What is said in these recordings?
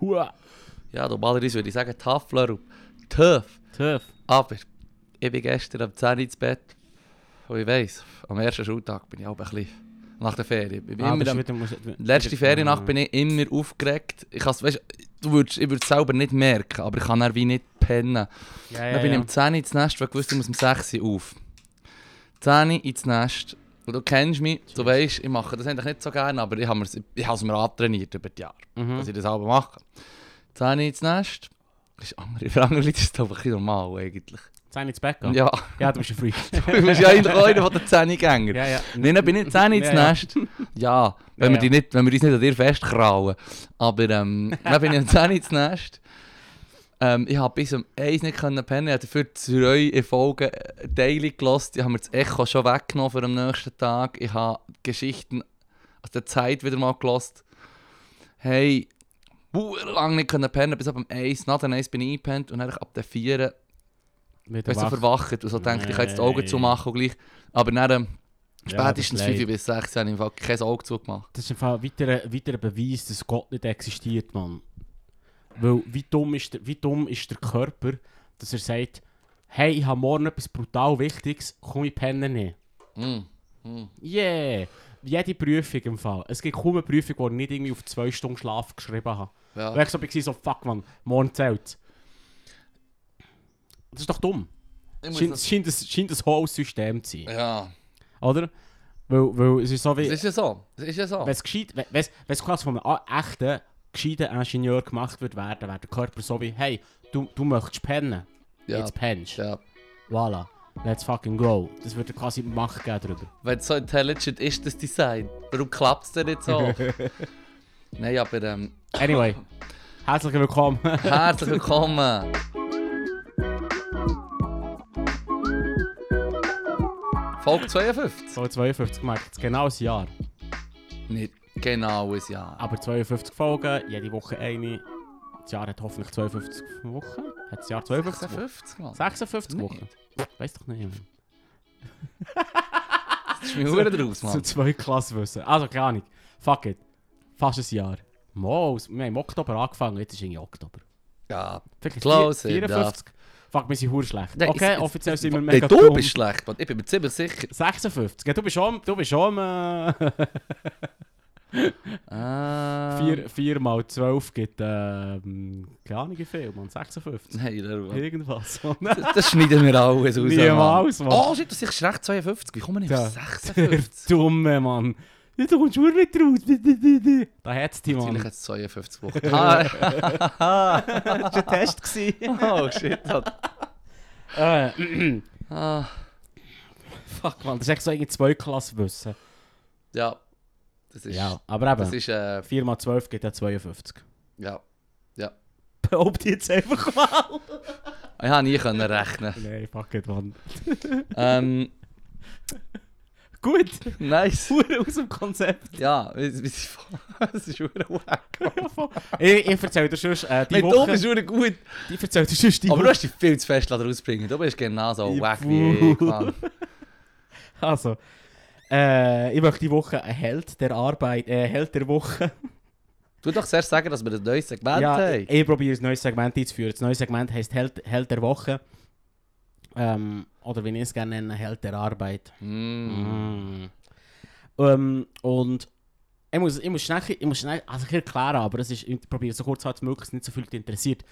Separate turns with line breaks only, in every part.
Hua.
Ja, normalerweise würde ich sagen Tafler Töf.
Töff.
Aber ich bin gestern am 10 Uhr ins Bett. Und ich weiss, am ersten Schultag bin ich auch ein bisschen nach der Ferien. Ich bin
Ah,
immer
bist
am,
mit dem- mit-
letzte
mit-
Feriennacht
Ah.
bin ich immer aufgeregt. Ich, kann's- weisst, du würdest, ich würde es selber nicht merken, aber ich kann dann wie nicht pennen.
Ja, ja,
Dann bin ich
ja.
um 10 Uhr ins Nest, weil ich wusste, ich muss um 6 Uhr auf. 10 Uhr ins Nest. Und du kennst mich, du weißt, ich mache das eigentlich nicht so gerne, aber ich habe es ich hab's mir antrainiert über die Jahre,
Mhm.
dass ich das selber mache. 10 Uhr ins Nest. Das ist andere, für andere Leute ist das aber ein bisschen normal eigentlich.
Zehn ins Bett gehen?
Ja,
Ja, du bist ein Freak.
du bist ja eigentlich auch einer von den 10 Gänger.
ja, ja.
Nein, dann bin ich 10 ins
Ja, ja.
Nest. Ja, wenn,
Ja,
Wir die nicht, wenn wir uns nicht an dir festkrauen. Aber ähm, dann bin ich um 10 ins Nest. Ähm, ich habe bis um 1 nicht können pennen. Ich habe dafür zwei in Folge äh, daily gelost. Ich habe mir das Echo schon weggenommen für am nächsten Tag. Ich habe Geschichten aus der Zeit wieder mal gelost. Hey, lange nicht können pennen, bis ab um 1. Nach dem 1 bin ich eingepennt und dann ab der 4
Mit
weißt du, verwacht und so denkt, ich kann jetzt die Augen
Nein.
zumachen und gleich. Aber dann, ähm,
Ja,
spätestens
das ist
5 bis 6 habe ich im Fall kein Auge zugemacht.
Das ist ein Fall weiterer, weiterer Beweis, dass Gott nicht existiert, Mann. Weil wie dumm ist der, wie dumm ist der Körper, dass er sagt, hey, ich habe morgen etwas brutal Wichtiges, komm ich penne nicht.
Mm. Mm.
Yeah! Jede Prüfung im Fall. Es gibt kaum eine Prüfung, wo ich nicht irgendwie auf zwei Stunden Schlaf geschrieben habe.
Ja.
Und ich so war, so, fuck man, morgen zählt. Das ist doch dumm.
Ich muss
Scheint,
das-
scheint, ein- scheint ein hohes System zu sein.
ja.
Oder? Weil, weil es ist so wie...
Es ist ja so. Es ist ja so.
Wenn es gescheit, wenn- wenn's- wenn's quasi von einem a- echten, gescheiten Ingenieur gemacht wird, werden, wäre der Körper so wie, hey, du, du möchtest pennen.
Ja.
Jetzt pennst.
ja.
Voilà. Let's fucking go. Das würde er quasi Macht geben drüber.
Wenn es so intelligent ist, das Design, warum klappt es denn nicht so? Nein, aber ähm,
Anyway. Herzlich willkommen.
herzlich willkommen. Folge 52.
so 52 gemacht. Genau ein Jahr.
Nicht genau ein Jahr.
Aber 52 Folgen, jede Woche eine. Das Jahr hat hoffentlich 52 Wochen. Hat das Jahr 52 Wochen?
56, Mann.
56
Nicht.
Wochen? Weiß doch nicht. Mann.
Das ist mir Hure draus,
So
Mann.
zwei Klassen wissen. Also, keine Ahnung. Fuck it. Fast ein Jahr. Maus. Wir haben im Oktober angefangen, jetzt ist irgendwie Oktober.
Ja.
Vielleicht
Close
vier-
enough.
Fuck, wir sind hure schlecht.
Nein,
okay,
es- es-
offiziell sind wir
Nee,
mega
du
dumm.
bist schlecht, Mann. Ich bin mir ziemlich sicher.
56. Ja, du bist schon, du bist schon äh,
Ah.
vier- vier mal 12 gibt, ähm, keine Ahnung wie viel, Mann. 56.
Nein, da, Mann.
Irgendwas.
Das- Das schneiden wir alles raus.
Niemals, Mann.
Oh shit, du siehst recht 52. Wie kommen wir
Ja.
auf 56?
Dumme, Mann. Ja, du kommst schon nicht raus. Da hat's dich,
Natürlich
Mann.
hat es 52 Wochen. Ah,
Das war ein Test. gewesen.
oh shit. Mann.
äh,
Ah,
fuck, Mann. Das ist echt so irgendwie zwei Klassen wissen.
ja. Das ist.
Ja, aber eben.
Das ist. Äh,
4 mal 12 geht ja 52.
ja.
Behaupte jetzt einfach mal.
Ich habe nie können rechnen.
Nein, fuck it, Mann.
ähm,
Gut,
nice.
Hure aus dem Konzept.
Ja, wir- wir sind voll- das ist verdammt wack.
ich, ich erzähl dir sonst äh, die
Mit du
Woche.
bist verdammt gut.
Ich erzähl dir sonst die
Aber du
Woche.
hast dich viel zu fest rausbringen. Du bist genauso
Ich
wack wie ich.
Fool.
Mann.
Also, äh, ich möchte die Woche ein Held der Arbeit, äh, Held der Woche.
Du doch zuerst sagen, dass wir ein neues Segment
ja,
haben.
ich, ich probiere ein neues Segment einzuführen. Das neue Segment heisst Held, Held der Woche. Ähm, oder wie ich es gerne nenne, Held der Arbeit.
Mm.
Ähm, und ich muss, ich muss schnell, ich muss schnell also ich erklären, aber es ist, ich probiere so kurz als möglich, es nicht so viel interessiert.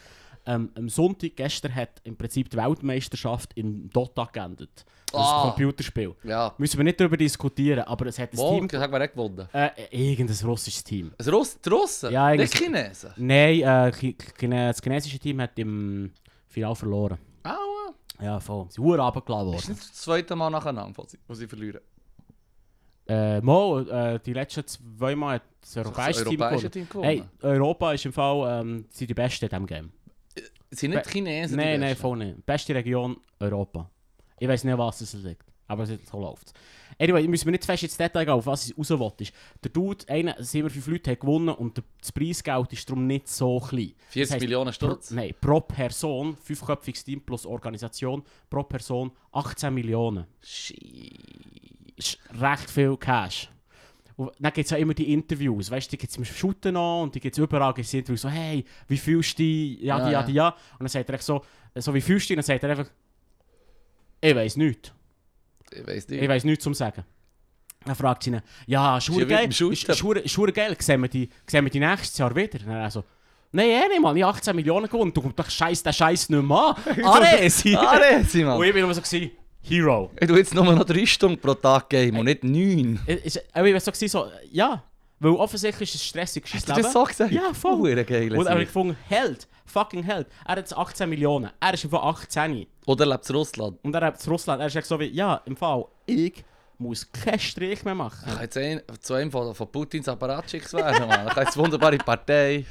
Ähm, am Sonntag gestern hat im Prinzip die Weltmeisterschaft in Dota geendet. Das ist
Ah.
ein Computerspiel.
Ja.
Müssen wir nicht darüber diskutieren, aber es hat ein
Morgen
Team.
hat man nicht gewonnen.
Äh, irgendein russisches Team.
Ein Russ, die Russen?
Ja,
Nicht
eigentlich-
Chinesen?
Nein, äh, Chi- Chine- das chinesische Team hat im Final verloren.
Aua.
Ja, voll. Sie sind verdammt runtergeladen
Das ist
worden.
nicht das zweite Mal nacheinander, wo sie, wo sie verlieren.
Äh, mal, äh, die letzten zwei Mal hat das
Das
europäische Team gewonnen.
europäische Team gewonnen.
Hey, Europa ist im Fall ähm, sind die Besten in diesem Game.
sind nicht die Chinesen
Nein,
die
nein,
Besten?
voll nicht. Beste Region Europa. Ich weiß nicht, was es liegt, aber so läuft Anyway, müssen wir nicht zu fest ins Detail gehen, auf was es raus will. Ist. Der Dude, einer, es sind immer fünf Leute, hat gewonnen und der, das Preisgeld ist darum nicht so klein.
40
heisst,
Millionen Stutz.
Pro, nein, pro Person, fünfköpfiges Team plus Organisation, pro Person 18 Millionen.
Shit.
ist recht viel Cash. Und dann gibt es ja immer die Interviews, weißt du, die gibt es im Shooten an und die gibt es überall, gibt's die Interviews so, hey, wie fühlst du dich, ja,
Ja,
ja,
ja.
ja, ja. Und dann sagt er echt so, so, wie fühlst du dich? Und dann sagt er einfach, ich weiß nichts.
Ich weiß
Ich
nicht.
weiß nichts zum Sagen. Dann fragt sie ihn, ja, ist
ja
hure
wie
geil,
beim
ist
Shooten.
ist hure- ist hure geil, sehen wir die, sehen wir die nächstes Jahr wieder. Dann er so, nein, eh nicht, Mann, ich habe 18 Millionen gewonnen, du kommst doch scheiß den Scheiß nicht mehr an. Ares!
Ares, Simon!
Und ich bin immer so, gewesen, Hero.
Ich tu jetzt nur noch 3 Stunden pro Tag game und nicht 9.
Ich, ich, aber ich war so, gewesen, so, ja, weil offensichtlich ist es stressig,
Hast
ist
du das so gesagt?
Ja, voll.
Hure geil.
Und er hat
Simon.
gefunden, Held, fucking Held. Er hat 18 Millionen, er ist einfach 18.
Oder lebt in Russland?
Und er hat in Russland, er ist echt so wie, ja, im Fall, ich muss keinen Strich mehr machen.
Ich kann jetzt ein, zu einem von, von Putins Apparatschicks werden, Mann. Ich habe jetzt eine wunderbare Partei.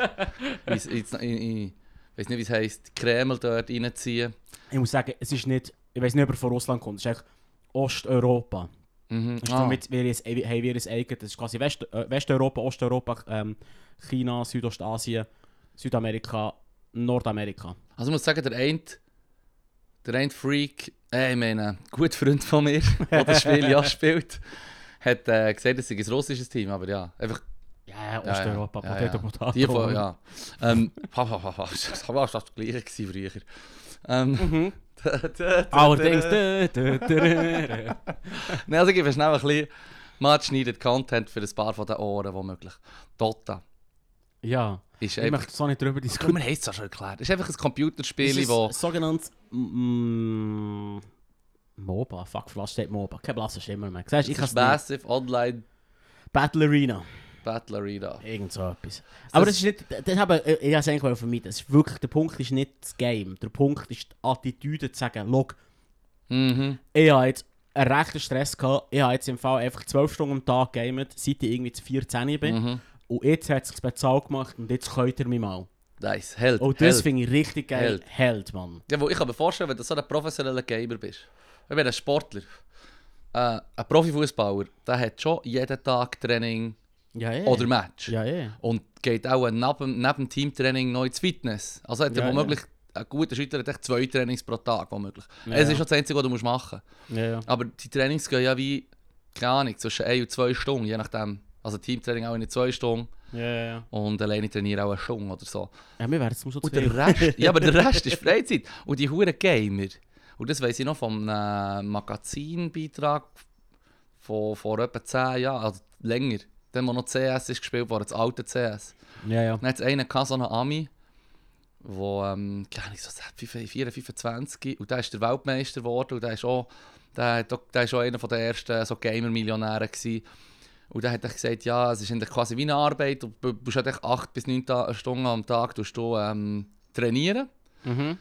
Ich, ich, ich, weiß nicht, wie es heisst. Kreml dort reinziehen.
Ich muss sagen, es ist nicht, ich weiß nicht, ob er von Russland kommt, es ist echt Osteuropa.
Mhm.
Das ist
Ah,
damit, wir es, haben wir es eigen, das ist quasi West, äh, Westeuropa, Osteuropa, ähm, China, Südostasien, Südamerika, Nordamerika.
also ich muss sagen, der eine, der eine Freak, äh, ich meine, ein guter Freund von mir, der das Spiel ja spielt, hat äh, gesagt, es sei ein russisches Team, aber ja, einfach
Ja, ja,
Ja, ja.
Osteuropa,
Ja,
Potato,
ja.
Potato.
Die von, ja. Ähm, ha, ha, ha, ha. das war fast das gleiche gewesen früher. Ähm,
Mhm.
da, da, da,
Allerdings.
da.
dö, dö, dö, dö.
Nein, also gib mir schnell ein bisschen maßschneidend Content für ein paar von den Ohren, womöglich. Dota
Ja,
ist
ich
einfach...
möchte so nicht drüber diskutieren.
Komm, wir haben es ja schon erklärt. Ist einfach ein Computerspiel,
Es ist
wo...
sogenanntes mm, MOBA. Fuck, für was steht MOBA? Kein blasser Schimmer mehr. Siehst, du, ich
Ich
kann es
ist
nicht.
Massive Online
Battle Arena.
Battle Arena.
Irgend so etwas. Aber das ist nicht, das habe ich äh, ich habe es eigentlich wollen vermeiden. Es ist wirklich, der Punkt ist nicht das Game. Der Punkt ist die Attitüde zu sagen, «Schau,
Mhm.
ich habe jetzt einen rechten Stress gehabt. Ich habe jetzt im Fall einfach 12 Stunden am Tag gegamet, seit ich irgendwie zu 14 bin.
Mhm.
Und jetzt hat es sich bezahlt gemacht und jetzt könnt ihr mich mal.
Nice. Held.
Und das
Held.
finde ich richtig geil.
Held.
Held, Mann.
Ja, wo ich kann mir vorstellen, wenn du so ein professioneller Gamer bist. Ich bin ein Sportler. Äh, ein Profifußballer, der hat schon jeden Tag Training
Ja, ja.
oder Match.
Ja, ja.
Und geht auch neben, neben dem Teamtraining noch ins Fitness. Also hat er
Ja, ja.
womöglich, ein guter Schüttler hat echt zwei Trainings pro Tag womöglich.
Ja,
es
ja.
ist schon das Einzige, was du musst machen
ja, ja.
Aber die Trainings gehen ja wie, keine Ahnung, zwischen 1 und 2 Stunden, je nachdem. Also Teamtraining auch in 2 Stunden
ja, ja, ja.
und alleine trainiere auch eine Stunde oder so.
ja wir werden es so zu
Und der Rest, ja, aber der Rest ist Freizeit. Und die huren Gamer, und das weiß ich noch vom äh, Magazinbeitrag von vor etwa 10 Jahren, also länger, dann, wo noch CS ist gespielt worden, das alte CS.
Ja, ja.
Dann hat es einen gehabt, so einen Ami, wo, ähm, keine Ahnung, so 24, 25 und der ist der Weltmeister geworden und der ist auch, der, hat auch- der ist auch einer von der ersten so Gamer-Millionäre gewesen. Und dann hat er gesagt, ja, es ist eigentlich quasi wie eine Arbeit, du b- musst halt echt 8 bis 9 Ta Stunden am Tag tust du, ähm, trainieren.
Mhm.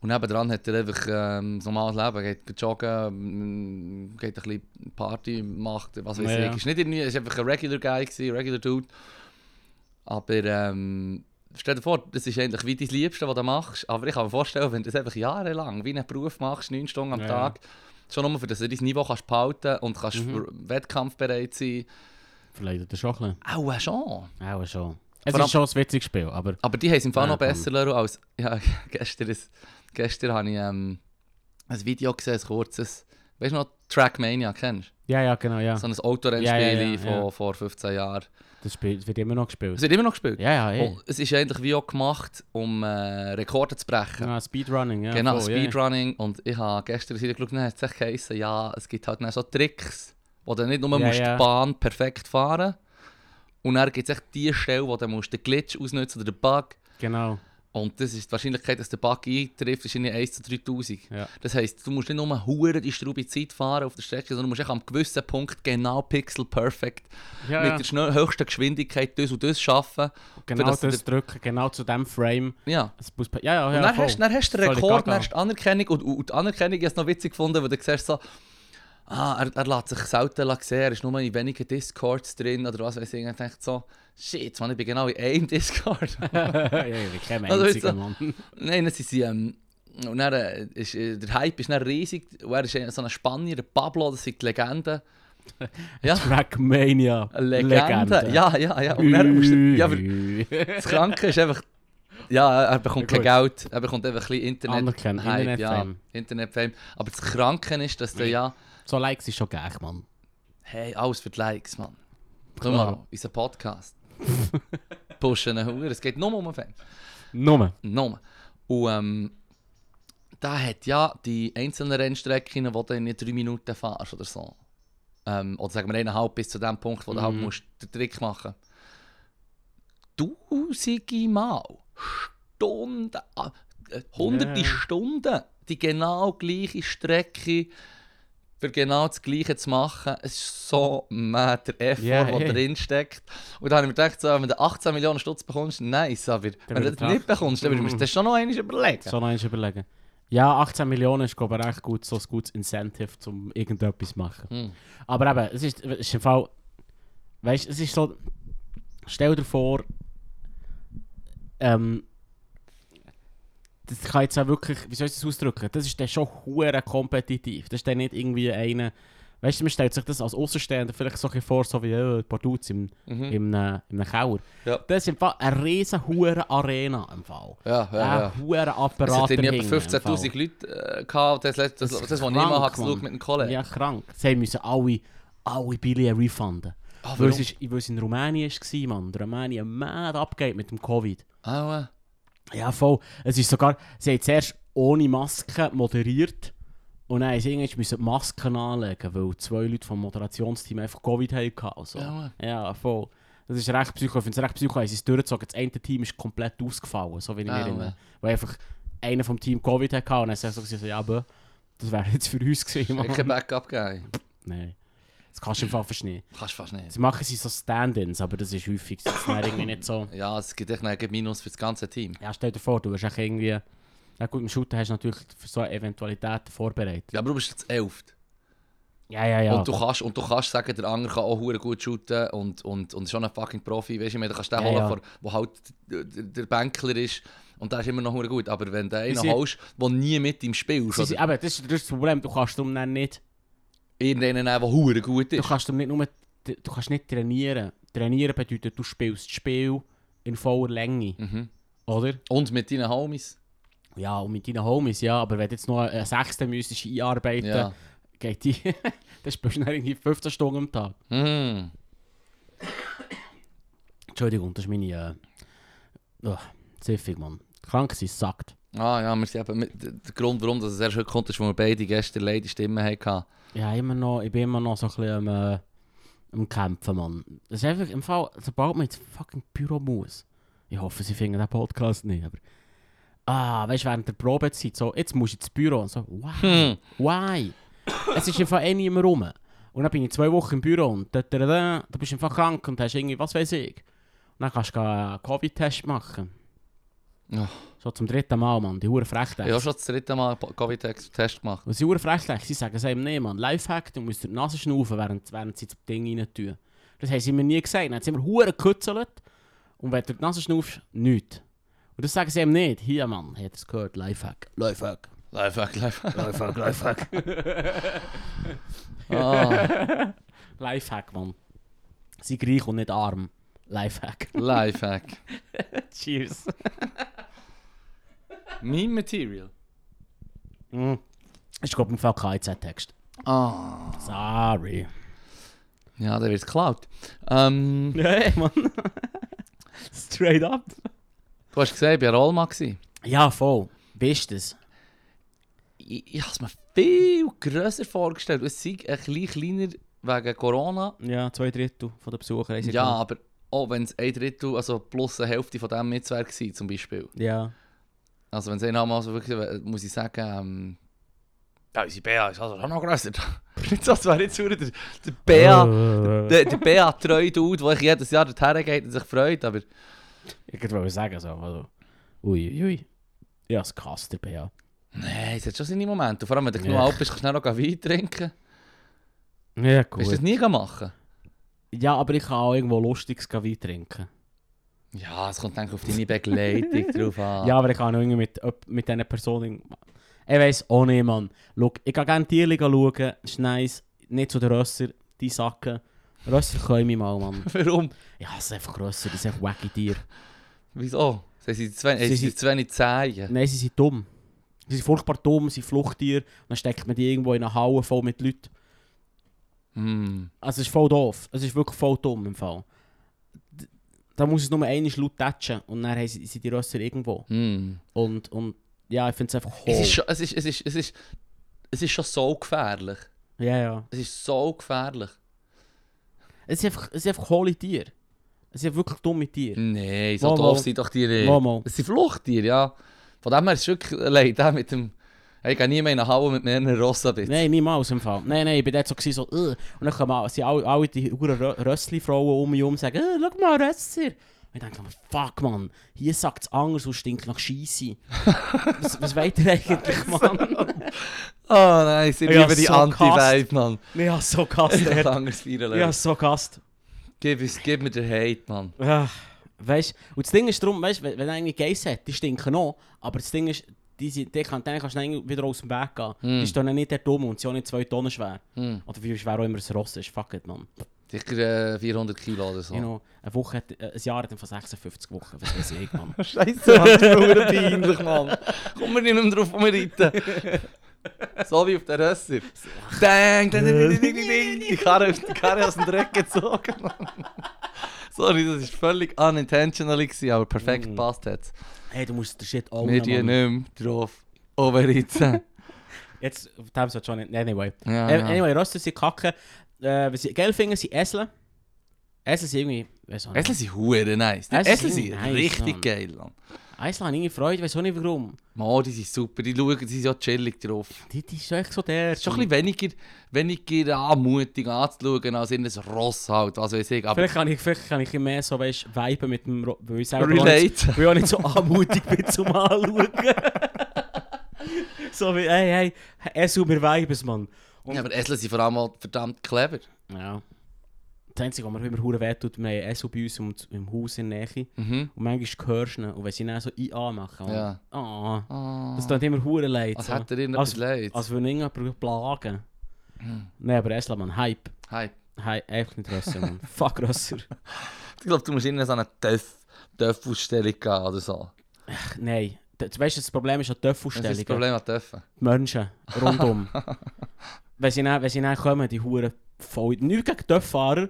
Und nebenan hat er einfach ähm, ein normales Leben, geht, geht joggen, mm, geht ein bisschen Party, macht was weiß
Ja,
ich.
ja.
Ist nicht irgendwie, ist einfach ein Regular Guy gewesen, ein Regular Dude. Aber ähm, stell dir vor, das ist eigentlich wie dein Liebste, was du machst. Aber ich kann mir vorstellen, wenn du das einfach jahrelang wie einen Beruf machst, neun Stunden am
Ja, ja.
Tag, schon nur, für dass du dein Niveau kannst behalten und kannst
Mhm.
für wettkampfbereit sein.
Verleidet er schon ein bisschen.
Auch äh, schon.
Auch schon. Es
Vor allem-
ist schon ein witziges Spiel, aber
Aber die haben es im Fall
Ja,
noch
komm.
besser Leru, als. Ja, gestern, ist, gestern habe ich ähm, ein Video gesehen, ein kurzes. Weißt du noch, Trackmania kennst
ja, ja, genau, ja.
du? So ein Autorennspiel
Ja, ja, ja,
von
ja.
vor 15 Jahren.
Das Spiel wird immer noch
Es
gespielt.
wird immer noch gespielt.
Ja, ja,
Und
ey.
es ist eigentlich wie auch gemacht, um äh, Rekorde zu brechen.
Ja, Speedrunning, ja.
genau,
voll, ja.
Speedrunning. Und ich habe gestern wieder geschaut, dann hat es echt geheißen, ja, es gibt halt dann so Tricks, wo du nicht nur
Ja,
musst
ja.
die Bahn perfekt fahren Und dann gibt es echt die Stelle, wo du musst den Glitch ausnutzen oder den Bug.
Genau.
Und das ist die Wahrscheinlichkeit, dass der Bug eintrifft, ist irgendwie 1 zu 3000.
Ja.
Das heisst, du musst nicht nur hure die Straube Zeit fahren auf der Strecke, sondern du musst echt am gewissen Punkt genau pixel perfect
Ja,
mit
ja.
der schnell- höchsten Geschwindigkeit das und das schaffen.
genau
dass
das,
du
drücken, genau zu dem Frame.
Ja.
Es muss, ja, ja, ja.
Und dann
voll.
hast, dann hast du den
Völlig gaga.
Rekord, dann hast du die Anerkennung und, und die Anerkennung ist noch witzig gefunden, weil du siehst so, ah, er, er lässt sich selten sehen, er ist nur in wenigen Discords drin oder was weiß ich. Und ich denke so, shit, man, ich bin genau in einem Discord.
ja, ja, ich kenne
Also,
einzigen,
jetzt-
Mann.
Nein, dann sind sie. Ähm, und dann, äh, ist, äh, der Hype ist dann riesig. Und er ist äh, so ein Spanier, der Pablo, das sind die Legenden. Ja,
Trackmania.
Legenden. Ja, ja, ja. Und dann musst du, ja, aber das Kranke ist einfach. Ja, er bekommt
Ja,
kein Geld, er bekommt einfach ein bisschen Internet.
Anerkennung,
Hype,
Internetfame.
Ja, Internetfame. Aber das Kranke ist, dass du ja,
so Likes ist schon gäch, Mann.
hey, alles für die Likes, Mann. Komm
Klar.
mal, unser Podcast. Pushen einen Hunger, es geht nur um Fan.
Nur.
Nur. Und ähm, da hat ja die einzelnen Rennstrecken, wo du in drei Minuten fährst oder so. Ähm, oder sagen wir eineinhalb bis zu dem Punkt, wo du halt
Mhm.
musst den Trick machen Tausende Mal, Stunden, ah, äh, hunderte
Ja.
Stunden, die genau gleiche Strecke für genau das Gleiche zu machen. Es ist so mad der Effort,
Ja,
der
hey.
drin steckt. Und da habe ich mir gedacht, so, wenn du 18 Millionen Stutz bekommst, nice, aber wenn du
wird
das nicht
gedacht.
bekommst, dann würdest du mir das schon noch einmal überlegen.
So noch eins überlegen. Ja, 18 Millionen ist glaube ich recht gut, so ein gutes Incentive, um irgendetwas zu machen.
Hm.
Aber eben, es ist, es ist im Fall. Weißt du, es ist so. Stell dir vor, ähm, das kann jetzt auch wirklich, wie soll ich das ausdrücken? Das ist dann schon hure kompetitiv. Das ist dann nicht irgendwie einer. Weißt du, man stellt sich das als Außenstehender vielleicht so ein bisschen vor, so wie äh, Barduz im,
Mhm.
im, äh, im Keller.
Ja.
Das ist im Fall eine riesen hure Arena im Fall.
Ja, ja, ja.
Ein hure
Es
Apparat.
hat irgendwie etwa
dahinter, im Fall.
15.000 Leute äh, gehabt, das, letzte, das, das,
ist
das, was ich
krank,
immer habe geschaut
Mann.
mit einem Kollegen.
Ja, krank. Sie müssen alle, alle Billion refunden.
Ah,
weil, es
warum?
ist, weil es in Rumänien war, Mann. Rumänien mad abgeht mit dem Covid.
Ah, ja.
Ja, voll. Es ist sogar, sie haben zuerst ohne Maske moderiert und dann mussten sie irgendwann müssen die Masken anlegen, weil zwei Leute vom Moderationsteam einfach Covid hatten. Also.
Ja,
ja, voll. Das ist recht psycho. Ich finde es recht psycho, haben sie es durchgezogen. Das eine Team ist komplett ausgefallen, so wie ich
Ah,
mich erinnere.
ja.
Weil einfach einer vom Team Covid hatte und dann haben sie so gesagt, ja, aber das wäre jetzt für uns gewesen.
Ich
Mann.
kann Backup geben.
Nein. Das kannst du im Fall verstehen.
Kannst fast nicht.
Sie machen sie so Stand-ins, aber das ist häufig. Das ist dann irgendwie nicht so.
Ja, es gibt echt einen Minus für das ganze Team.
Ja, stell dir vor, du hast echt irgendwie. Ja gut, im Shooter hast du natürlich für so eine Eventualität vorbereitet.
Ja, aber du bist jetzt Elft.
Ja, ja, ja.
Und, du kannst, und du kannst sagen, der andere kann auch hure gut shooten und, und, und ist schon ein fucking Profi. Weißt du, ich meine, du kannst den
Ja,
holen,
ja.
vor- wo halt der, der Bänkler ist und der ist immer noch hure gut. Aber wenn du einen
sind-
holst, der nie mit ihm spielst,
Sie sind-
oder
aber das, ist, das ist das Problem, du kannst darum dann nicht.
irgendeinen, nehmen, der hure gut
Du
ist.
kannst darum nicht nur. Du kannst nicht trainieren. Trainieren bedeutet, du spielst das Spiel in voller Länge,
Mhm.
oder?
Und mit deinen Homies.
Ja, und mit deinen Homies, ja, aber wenn du jetzt noch einen Sechsten müsstest einarbeiten,
Ja.
geht Eh, die. dann spielst du dann irgendwie 15 Stunden am Tag.
Mhm.
Entschuldigung, das ist meine. Äh, oh, ziffig, Mann. Krank sein, sagt.
Ah ja, wir sind eben mit, der der Grund, warum das erst heute kommt, ist, weil wir beide gestern leider Stimmen hatten.
Ja, immer noch, ich bin immer noch so ein bisschen am, äh, am Kämpfen, Mann. Das ist einfach im Fall, sobald man ins fucking Büro muss. Ich hoffe, sie finden den Podcast nicht, aber. Ah, weißt du, während der Probezeit so, jetzt musst du ins Büro. Und so, why?
Hm.
Why? es ist einfach eh niemand rum. Und dann bin ich zwei Wochen im Büro und da, da, da, da, du bist einfach krank und hast irgendwie, was weiß ich. Und dann kannst du einen Covid-Test machen.
Ja.
So zum dritten Mal, Mann, die Hure frech
Ich habe schon das dritte Mal einen Covid-Test gemacht.
Und sie sind frech, sie sagen es einem nicht, man. Lifehack, du musst dir die Nase schnaufen, während, während sie das Ding rein tun. Das haben sie mir nie gesagt. Dann haben sie immer Huren gekützelt. Und wenn du die Nase schnaufst, nichts. Und das sagen sie ihm nicht. Hier, Mann, hat es gehört. Lifehack. Lifehack.
Lifehack, Lifehack.
Lifehack, Lifehack.
Ah,
Lifehack, Mann. Sie reich und nicht arm. Lifehack.
Lifehack.
Cheers.
Meme Material.
Mm. Ich glaube, im Fall KIZ-Text.
Ah.
Sorry.
Ja, der wird geklaut. Ähm,
Nee, Mann. Straight up.
du hast gesehen, ich war Rollma. gewesen.
Ja, voll. Bist es.
Ich, ich habe es mir viel grösser vorgestellt. Es sei ein bisschen kleiner wegen Corona.
Ja, zwei Drittel von der Besucher. haben sie
Ja, oh,
genommen.
aber auch wenn es ein Drittel, also plus eine Hälfte von dem Netzwerk war, zum Beispiel.
Ja.
Also wenn es einer mal so wirklich, äh, muss ich sagen, ähm, ja, unsere BA ist also schon noch grösser. nicht so, als wäre jetzt verdammt der, der BA...
Ja.
Der, der BA treu tut, wo ich jedes Jahr dorthin geht und sich freut, aber
Ich wollte sagen, so. Also. Ui, ui, ui. Ja, das gehasst der BA.
nein, es hat schon seine Momente. Und Vor allem, wenn du genug
Ja.
alt bist, kannst du schnell noch Wein trinken.
Ja,
Willst du das nie machen?
Ja, aber ich kann auch irgendwo Lustiges Wein trinken.
Ja, es kommt denke ich, auf deine Begleitung drauf an.
Ja, aber ich kann auch irgendwie mit, ob- mit diesen Personen. Ich weiss auch nicht, Mann. Schau, ich gehe gerne Tierchen schauen. Ist nice. Nicht zu den Rösser. Die Sacken. Rösser können mich mal, Mann.
Warum?
Ja, es sind einfach Rösser. Das sind einfach wacky Tiere.
Wieso? Sie sind zu wenig-
Sie
äh, sie sind
sind-
zu wenig Zehen.
Nein, sie sind dumm. Sie sind furchtbar dumm, sie sind Fluchttiere. Dann steckt man die irgendwo in eine Halle voll mit Leuten.
Mm.
Also es ist voll doof. Es ist wirklich voll dumm im Fall. D- Da muss es nur einmal laut tätschen und dann haben sie- sind die Rösser irgendwo.
Mm.
Und, und ja, ich finde es einfach hohl.
Es, ist schon, es, ist, es, ist, es, ist, es ist schon so gefährlich.
Ja, ja.
Es ist so gefährlich.
Es sind einfach, es sind einfach hohle Tiere. Es sind wirklich dumme Tiere.
Nein, so
Mal,
doof
mal.
sind doch die nicht.
Mal, mal.
Es sind Fluchttiere, ja. Von dem her ist es wirklich leid, der mit dem... Hey, Ich gehe nie mehr in eine Halle mit mehreren Rossen bitte.
Nein, niemals im Fall. Nein, nein, ich bin dort so, gewesen, so äh. Und dann kommen alle, sind alle, alle die huren Rö- Rössli-Frauen um mich herum und sagen, äh, schau mal, Rösser. Und ich denke mir, fuck, Mann, hier sagt es anders und stinkt nach Scheisse. was, was weht ihr eigentlich, Mann?
Oh nein, sie
Ich
lieben
hab's
die
so
Anti-Vibe, Mann.
ich habe so gehasst.
Ich kann
Alter.
anders feiern,
Ich habe
Leute.
so gehasst.
Gib, uns- gib mir den Hate, Mann.
Ah, Weißt und das Ding ist darum, weißt, wenn wenn er irgendwie Geiss hat, die stinken auch, aber das Ding ist, die, sind, die kann, denen kannst du dann irgendwie wieder aus dem Weg gehen.
Hm.
Die stehen dann nicht dort rum und sind auch nicht zwei Tonnen schwer.
Hm.
Oder wie schwer auch immer ein Ross ist, fuck it, Mann.
Sicher äh, 400 Kilo oder so.
You know, eine Woche, hat, äh, ein Jahr hat einfach 56 Wochen, was weiß ich, Mann.
Scheiße, Mann, das ist verdammt peinlich, Mann. Komm, wir nicht mehr drauf rumreiten. So wie auf der Rösser. Dang, dang, dang, dang, dang, dang. Die Karre, die Karre aus dem Dreck gezogen, Mann. Sorry, das war völlig unintentional, gewesen, aber perfekt
Mm. Oh,
passt jetzt.
Hey, du musst den Shit auch
Wir die nicht mehr drauf rumreiten.
Jetzt, auf dem sollte schon nicht, anyway.
Ja,
Äh,
Ah, ja.
Anyway, Röster sind kacke. Äh, was sie geil finden, sind Esseln. Esseln sind irgendwie, weiss auch nicht.
Esel sind hure nice. Die
Esel
Esel
sind
sind
nice,
richtig
Mann.
geil. Mann.
Esseln haben irgendwie Freude, weiss auch nicht warum.
Mann, die sind super. Die schauen, die sind ja chillig drauf.
Die, die ist echt so der.
Es ist schon ein bisschen weniger, weniger anmutig anzuschauen als in ein Ross halt, was weiß ich. Aber
Vielleicht kann ich, vielleicht kann ich ein bisschen mehr so, weißt, viben mit dem, Ro- weil ich selber auch nicht,
relate.
weil ich auch nicht so anmutig bin zum Anschauen. so wie, hey, hey, es und wir viben es, Mann.
Ja, aber Esel sind vor allem auch verdammt clever.
Ja. Das Einzige, was mir immer hure weh tut, wir haben einen SO bei uns im, im Haus in der Nähe.
Mhm.
Und manchmal hörst du ihn, und wenn sie ihn dann so IA machen, Mann.
Ja.
Ah,
Ah,
das tut immer hure leid.
als
so.
hätte er ihnen
Als-
etwas leid. Hm.
Als würde ihn irgendjemand plagen. Nein, aber Esla, Mann, Hype.
Hi.
Hype, einfach nicht Rösser, Mann. Fuck Rösser.
Ich glaube, du musst in so eine Töff- Töff-Ausstellung gehen oder so.
Nein. D- Du weißt, das Problem ist an der
Das ist das
Töpfausstellung.
Problem an Töffen.
Die Menschen rundum. wenn, sie dann, wenn sie dann kommen, die Huren voll. Nicht gegen Töpffahrer,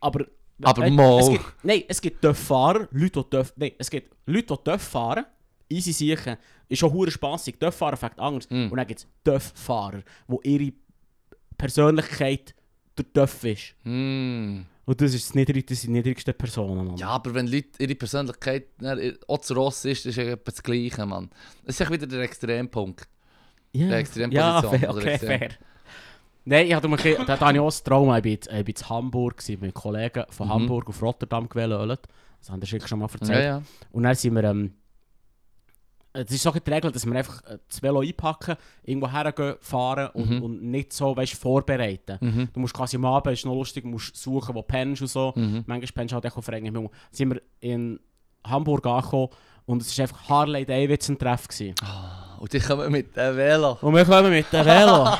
aber.
Aber
Äh,
mal.
Es gibt, nein, es gibt Töpffahrer, Leute, die Töff. Nein, es gibt Leute, die Töff fahren. Easy sicher. Ist schon Huren spaßig. Töpffahrer fängt Angst.
Mhm.
Und dann gibt es Töpffahrer, wo ihre Persönlichkeit der Töff ist.
Hm.
Und das ist das niedrig, das sind die niedrigsten Personen, Mann.
Ja, aber wenn Leute ihre Persönlichkeit dann ihr- auch zu Ross ist, ist es etwa das Gleiche, Mann. Das ist echt wieder der Extrempunkt.
Ja,
Der Extremposition,
ja fair,
oder
okay,
Extrem-
fair. Nein, ich hatte mal ein bisschen, da da hatte ich auch ein Trauma. Ich war in- ich war in Hamburg gewesen, mit Kollegen von
Mhm.
Hamburg auf Rotterdam gewählt. Das haben wir sicher schon mal erzählt.
Ja, ja.
Und dann sind wir. Ähm, es ist so geregelt, dass wir einfach äh, das Velo einpacken, irgendwo hergehen, fahren und,
Mhm.
und nicht so weißt, vorbereiten.
Mhm.
Du musst quasi am Abend, ist noch lustig, musst suchen, wo du pennst und so.
Mhm.
Manchmal pennst du halt auch auf Regen. Dann sind wir in Hamburg angekommen und es war einfach Harley Davidson-Treff. gewesen.
Und Oh, die kommen mit dem Velo.
Und wir kommen mit dem Velo.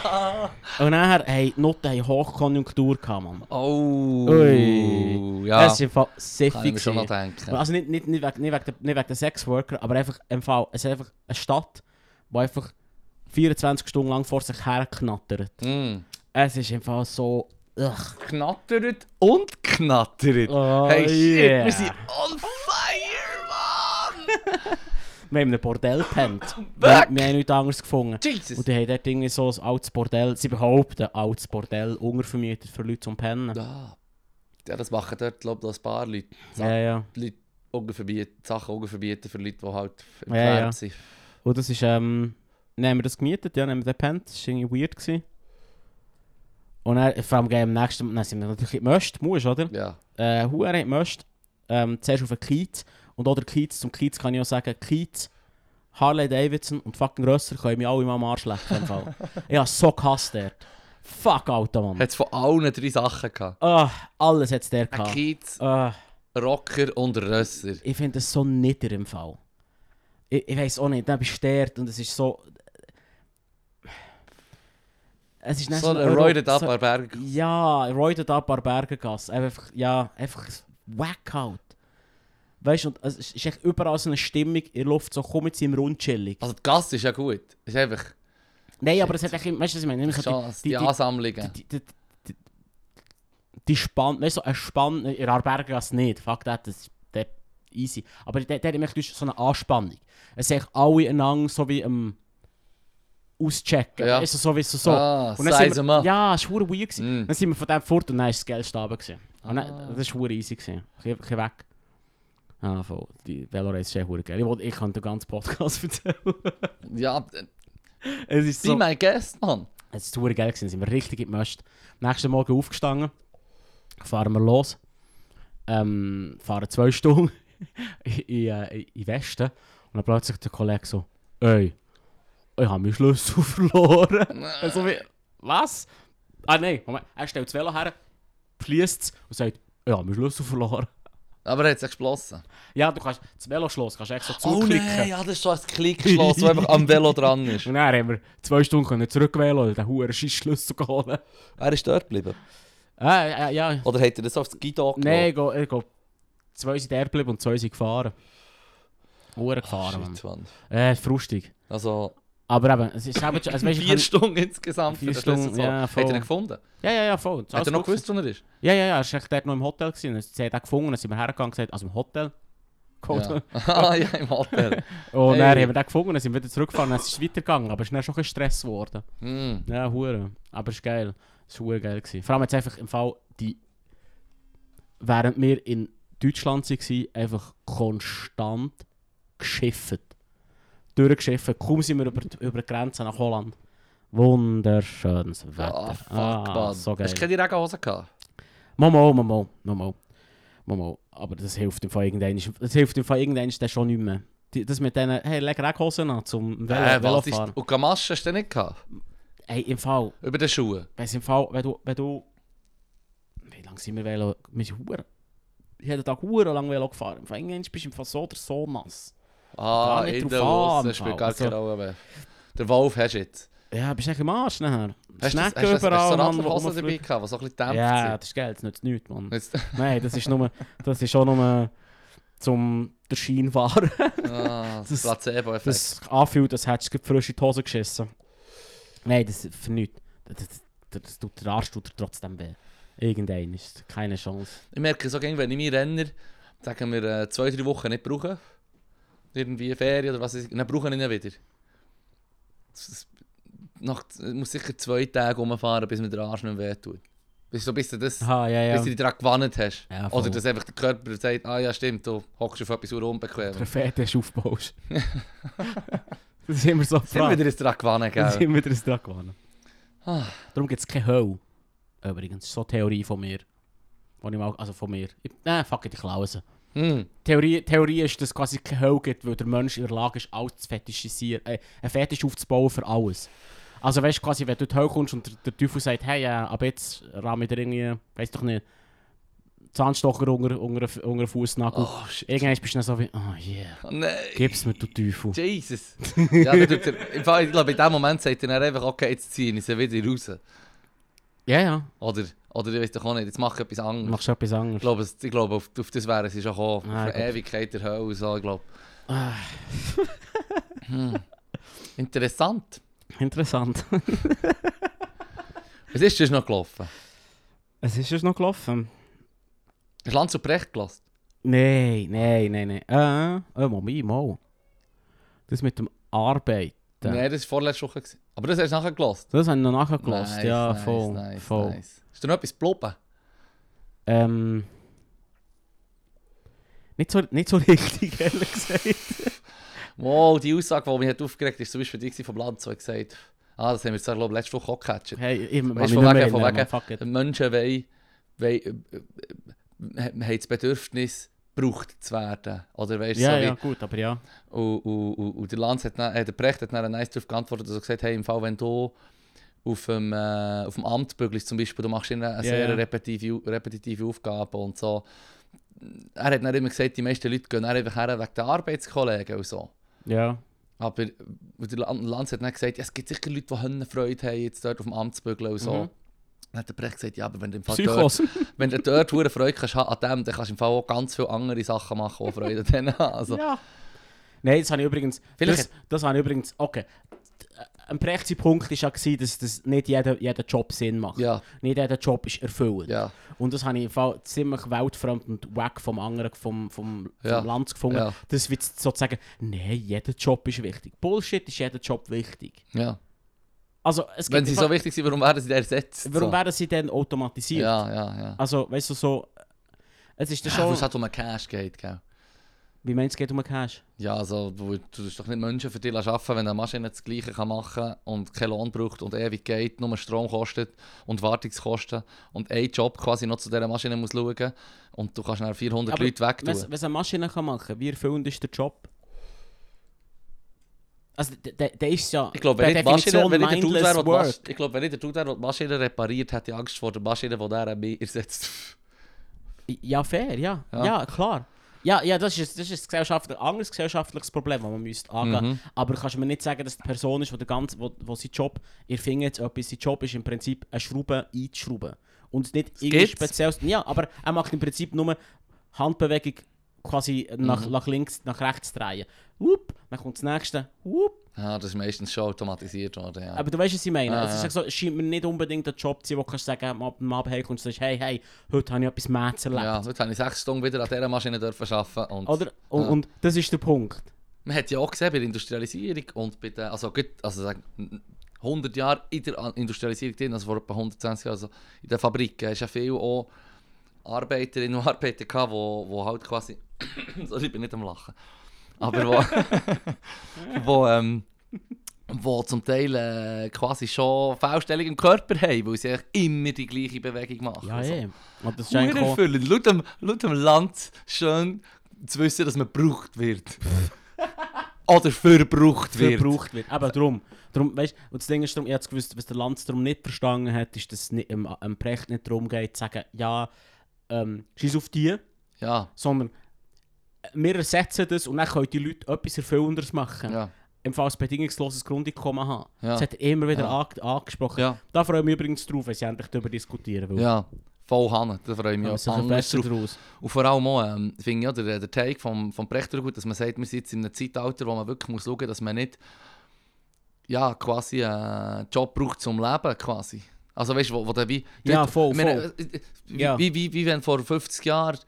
Und nachher, hey, die Noten hatten Hochkonjunktur, gehabt, Mann.
Oh.
Ui.
Ja,
Das ist im Fall
kann ich
siffig.
mir schon noch
gewesen.
denken.
Also nicht, nicht, nicht, wegen, nicht, wegen der, nicht wegen der Sexworker, aber einfach im Fall, es ist einfach eine Stadt, die einfach 24 Stunden lang vor sich herknattert.
Mm.
Es ist im Fall so... Ugh.
Knattert und knattert.
Oh,
hey, shit,
yeah.
wir sind on fire, Mann!
Wir haben in einem Bordell gepennt. wir, wir
Weg!
haben nichts anderes gefunden.
Jesus!
Und die haben dort irgendwie so ein altes Bordell, sie behaupten, ein altes Bordell, untervermietet für Leute zum Pennen.
ja. ja, das machen dort, glaube ich, ein paar Leute. So,
Ja, ja.
Leute Augen verbieten, Sachen Augen verbieten für Leute, die halt im
Ja,
Klärm
ja.
sind.
Und das ist, ähm, dann haben wir das gemietet, ja, dann haben wir den gepennt, das war irgendwie weird. Gewesen. Und dann, vor allem gleich am nächsten, dann sind wir natürlich in Möst, musst, oder?
Ja.
Äh, Huere in Möst, ähm, zuerst auf den Kiez, und oder Kiez, zum Kiez kann ich auch sagen, Kiez, Harley Davidson und fucking Rösser können mich alle mal am Arsch lecken, im Fall. ich hab so gehasst dort. Fuck, Alter, Mann.
Hat es von allen drei Sachen gehabt.
Ah, alles hat's der
Ein
gehabt.
Kiez,
Ah.
Rocker und Rösser.
Ich finde das so nieder im Fall. Ich, ich weiß auch nicht, dann bist du dort und es ist so. Es ist dann
So eine
Euro-
roided up
so-
an Berg.
Ja, roided up an Bergengasse. Einfach, ja, einfach wack halt. Weißt du, und es ist echt überall so eine Stimmung in der Luft, so komm jetzt im Rund chillig.
Also die Gasse ist ja gut. Ist einfach
Nein, aber es hat echt, weißt du, was ich meine? Immer so
Chance, die,
die, die,
Ansammlungen.
die, die, die, die Spann, weißt du, so eine Spann, in Arbergas nicht, fuck that, das ist der easy. Aber der, der merkt, du hast so eine Anspannung. Es sind eigentlich alle einander so wie ähm, auschecken,
Ja.
weißt du, so wie so. so.
Ah,
Und dann sind
size
wir-
'em up.
Ja, es war verdammt weird. gewesen.
Mm.
Dann sind wir von dem fort und dann war das geilste Abend. gewesen. Und dann,
Ah.
Das war verdammt easy. gewesen. Ein bisschen weg. Ah, voll. Die Velorace ist echt verdammt geil. Ich, wollte- ich kann den ganzen Podcast erzählen.
Ja,
es ist
sei
so...
mein Guest, Mann.
Es ist verdammt geil gewesen. Sind wir richtig in die Möste. Nächsten Morgen aufgestanden. Fahren wir los. Ähm, fahren zwei Stunden in, in, äh, in den Westen. Und dann plötzlich der Kollege so... Ey, ich habe meinen Schlüssel verloren. Also wie, was? Ah nein, Moment. Er stellt das Velo her, schließt es und sagt, ja, wir Schlüssel verloren.
Aber er hat es explossen.
Ja, du kannst das Veloschloss kannst echt so
Oh
zuklicken.
nein, ja, das ist so ein Klickschloss, das einfach am Velo dran ist.
Und dann haben wir zwei Stunden können zurückwählen oder den huren scheiß Schlüssel geholt.
Er ist dort geblieben.
Äh, äh, ja.
Oder hat er das auf das Guido genommen?
Nein, ich go, ich go, zwei sind der geblieben und zwei sind gefahren. Huren gefahren, Mann.
Ah, Shit, Mann.
Äh, frustig.
Also,
Aber eben, es ist eben... Also, weißt,
vier Stunden insgesamt.
Vier
für den Schlüssel
Stunden,
zu holen.
ja,
Hat
voll.
er ihn gefunden?
Ja, ja, ja, voll.
Hat er noch gewusst, wo er ist?
Ja, ja, ja, er war echt dort noch im Hotel. Gewesen. Sie hat ihn gefunden, dann sind wir hergegangen und gesagt, also im Hotel. geholt. Oh,
Ja. ah, ja, im Hotel.
Und dann
Ey.
haben wir den gefunden, dann sind wir wieder zurückgefahren, dann ist es weitergegangen, aber es ist dann schon ein bisschen Stress geworden.
Hm.
Ja, hure. Aber es ist geil. Es war verdammt geil. Gewesen. Vor allem jetzt einfach im Fall, die, während wir in Deutschland waren, einfach konstant geschifft. Durchgeschifft. Kaum sind wir über, die- über die Grenze nach Holland. Wunderschönes Wetter.
Ah, fuck, Mann.
so geil.
Hast du keine Regenhose gehabt?
Momo, Momo, Momo. Momo. Aber das hilft im Fall irgendwann. Das hilft im Fall irgendwann dann schon nicht mehr. Die- Das mit denen, hey, leg Regenhosen an zum Velo,
Äh, was ist...
Velofahren.
Und Gamaschen hast du nicht gehabt?
Hey, im Fall,
Über den Schuhen?
weiss, im Fall, wenn du, wenn du, wie lange sind wir Velo? Wir sind hure- jeden Tag hure lang Velo gefahren. Im Fall, irgendwann bist du im Fall so oder so nass.
Ah,
Gar nicht
in der
drauf an,
Hose spielt
Mann. Also-
gar keine Rolle mehr. Der Wolf hast du jetzt.
Ja, bist du echt im Arsch nachher.
Hast du das-
Schnecken
hast du das- hast du so
überall,
eine
Mann, wo
Radlerhose dabei
rumfliegt.
gehabt, die so ein bisschen dämpft
Ja,
sind?
das ist geil, das nützt nichts, Mann.
Jetzt-
Nein, das ist nur, das ist auch nur zum der Schein wahren.
Ah, das
Das-
Placebo-Effekt.
das anfühlt, als hättest du gerade frisch in die Hose geschissen. Nein, das ist für nichts. Das, das, das, das tut der Arsch tut dir trotzdem weh. Irgendein ist keine Chance.
Ich merke so, gegen, wenn ich meine Renner, sagen wir, äh, zwei, drei Wochen nicht brauche, irgendwie Ferien oder was weiß ich, dann brauche ich ihn wieder. Das, das, nach, ich muss sicher zwei Tage rumfahren, bis mir der Arsch nicht mehr wehtut. Bis, so, bis du das...
Aha, Ah, ja, ja.
Bis du dich daran gewarnt hast.
Ja, voll.
Oder dass einfach der Körper sagt, ah ja stimmt, du hockst auf etwas sehr unbequem.
Der Fetisch aufbaust. das ist immer so eine
Sind wir
Frage.
dir daran gewarnt,
Das ist
gell?
immer wieder ein Tag gewonnen.
Ah.
Darum gibt es keine Hölle. Übrigens, so eine Theorie von mir. Wo ich mal, also von mir. Ich, nein, fuck it, ich klaue sie.
Hm.
Theorie, Theorie ist, dass es quasi keine Hölle gibt, weil der Mensch in der Lage ist, alles zu fetischisieren, äh, einen Fetisch aufzubauen für alles. Also weißt du, quasi, wenn du in die Hölle kommst und der, der Teufel sagt, hey, äh, ab jetzt rahme ich dir irgendwie, weiss doch nicht, Zahnstocher unter, unter, unter den Fußnagel.
Oh shit.
Irgendwann bist du dann so wie, oh yeah,
Oh, nein.
gib's mir, du Teufel.
Jesus. ja, dann tut er, im Fall, ich glaube, in dem Moment sagt er dann einfach, okay, jetzt ziehe ich sie wieder raus.
Ja, ja,
Oder, oder ich weiß doch auch nicht, jetzt mach ich etwas
du
anderes.
machst du etwas
Ich
anderes.
glaube, es- ich glaube auf, auf das wäre sie schon gekommen.
Nein,
Auf
ich glaub-
eine Ewigkeit der Hölle, so, ich glaube.
Ah.
hm. Interessant.
Interessant.
Was ist das noch gelaufen?
Es ist sonst noch gelaufen.
Hast du Lanz und Brecht gelassen?
Nein, nein, nein, nein. Äh, äh, Moment mal. Das mit dem Arbeiten.
Nein, das war vorletzte Woche. gewesen. Aber das hast du nachher gelassen.
Das habe ich noch nachgelassen, ja, voll. voll.
nice. Ist da noch etwas geblieben?
Ähm, nicht, so, nicht so richtig, ehrlich gesagt.
Wow, die Aussage, die mich hat aufgeregt hat, war zum Beispiel die gewesen vom Land, die hat gesagt ah, das haben wir jetzt, glaube ich, letzte Woche auch gecatcht.
Hey, ich kann mich
Weißt du,
nicht
von
mehr
wegen- von
erinnern,
wegen-
eh, fuck it.
Menschen wollen, wollen, äh, äh, äh, haben das Bedürfnis, gebraucht zu werden. Oder weißt du,
Ja,
so
ja,
wie...
gut, aber ja.
Und, und, und, und der Lanz hat, dann, äh, der Brecht hat dann nice darauf geantwortet, dass er gesagt hat, dus hey, im Fall, wenn du auf dem, äh, auf dem Amt bügelst zum Beispiel, du machst ihnen eine
Ja,
sehr
ja.
repetitive, repetitive Aufgabe und so. Er hat dann immer gesagt, die meisten Leute gehen dann einfach her wegen der Arbeitskollegen und so.
Ja,
Aber äh, der Lan- Lanz hat dann gesagt, ja, es gibt sicher Leute, die Höllenfreude haben, jetzt dort auf dem Amt zu bügeln und so.
Mhm.
Dann hat der Brecht gesagt, ja, aber wenn du im Fall dort,
Psychos.
wenn du dort hure Freude kannst, haben an dem, dann kannst du im Fall auch ganz viele andere Sachen machen, die Freude an denen haben. Also,
Ja. Nein, das habe ich übrigens.
Vielleicht-
Das, das habe ich übrigens. Okay. ein prächtiger Punkt war ja, gewesen, dass, dass nicht jeder, jeder Job Sinn macht.
Ja,
Nicht jeder Job ist erfüllend.
ja,
Und das habe ich im Fall ziemlich weltfremd und weg vom anderen, vom, vom, vom
Ja.
Land gefunden.
Ja.
Das wird sozusagen, nein, jeder Job ist wichtig. Bullshit ist jeder Job wichtig.
ja.
Also, es gibt
Wenn sie
im
so
Fall-
wichtig sind, warum werden sie ersetzt?
Warum
so?
werden sie dann automatisiert?
Ja, ja, ja.
Also, weißt du, so. Es ist dann
Ja, weil
schon.
es halt um einen Cash geht, gell?
Wie meinst du, es geht um Cash?
Ja, also, wo- du bist doch nicht Menschen für dich arbeiten, wenn eine Maschine das Gleiche kann machen kann und keinen Lohn braucht und ewig geht, nur Strom kostet und Wartungskosten und ein Job quasi noch zu dieser Maschine muss schauen und du kannst dann 400
Aber
Leute wegtun.
Was, was eine Maschine kann machen kann, wie erfüllend ist der Job? Also, der- der der ist ja.
Ich glaube, wenn
per
ich die Maschine,
Definition
wenn ich der Dude
mindless
wäre, der die
work.
Masch- ich glaube, wenn ich der Dude wäre, der die Maschine repariert, hätte ich Angst vor der Maschine, die der mich ersetzt.
Ja, fair, ja.
Ja.
Ja, klar. Ja, ja das, ist, das ist ein gesellschaftlich, anderes gesellschaftliches Problem, das man müsste angehen
Mhm.
Aber kannst du mir nicht sagen, dass die Person ist, die ganz, wo, wo sein Job, ihr findet etwas, sein Job ist im Prinzip eine Schraube einzuschrauben. Und nicht irgendwie
gibt's.
spezielles. Ja, aber er macht im Prinzip nur Handbewegung quasi nach,
Mhm.
nach links, nach rechts drehen. Wupp, dann kommt das nächste. Wupp.
Ja, das ist meistens schon automatisiert worden, ja.
Aber du weißt, was ich meine.
Ah,
es ist
ja.
so, es scheint mir nicht unbedingt ein Job zu sein, wo du kannst sagen, am Abend am Abend herkommst und sagst, hey, hey, heute habe ich etwas Mäz erlebt.
ja, jetzt habe ich sechs Stunden wieder an dieser Maschine dürfen arbeiten und...
Oder? Und,
Ja.
und das ist der Punkt.
Man hat ja auch gesehen, bei der Industrialisierung und bei der, also, gut, also sagen, 100 Jahre in der An- Industrialisierung drin, also vor etwa 120 Jahren, also in den Fabriken, hast du ja viel auch Arbeiterinnen und Arbeiter gehabt, wo, wo halt quasi, sorry, ich bin nicht am Lachen, aber wo, wo, ähm, wo zum Teil äh, quasi schon Fehlstellungen im Körper haben, weil sie eigentlich immer die gleiche Bewegung machen.
Ja,
Also,
eh. Und das ist
Sehr
eigentlich auch,
erfüllend. Laut dem, laut dem Land schön zu wissen, dass man gebraucht wird. Oder verbraucht
viel
wird.
gebraucht wird. Aber drum. drum weißt, und das Ding ist, drum, ich hab's gewusst, was der Lanz darum nicht verstanden hat, ist, dass es nicht, im, im Precht nicht darum geht, zu sagen, ja, ähm, schieß auf die,
Ja,
sondern äh, wir ersetzen das und dann können die Leute etwas Erfüllenderes machen.
ja,
Im Fall ein bedingungsloses Grundeinkommen haben.
Ja.
Das hat er immer wieder
Ja.
ang- angesprochen.
ja,
Da freue ich mich übrigens drauf, wenn sie endlich darüber diskutieren. Weil
ja. Voll Hanne, da freue ich mich
ja,
auch
so
anders
verbessert
drauf.
daraus.
Und vor allem auch, ähm, finde ich auch der, der Take vom, vom Prechter gut, dass man sagt, wir sind jetzt in einem Zeitalter, wo man wirklich muss schauen muss, dass man nicht ja, quasi äh, einen Job braucht zum Leben, quasi. Also weißt du, wo, wo der wie...
Ja,
dort-
voll,
ich meine, äh, äh, Wie,
Ja.
wie, wie, wie wenn vor 50 Jahren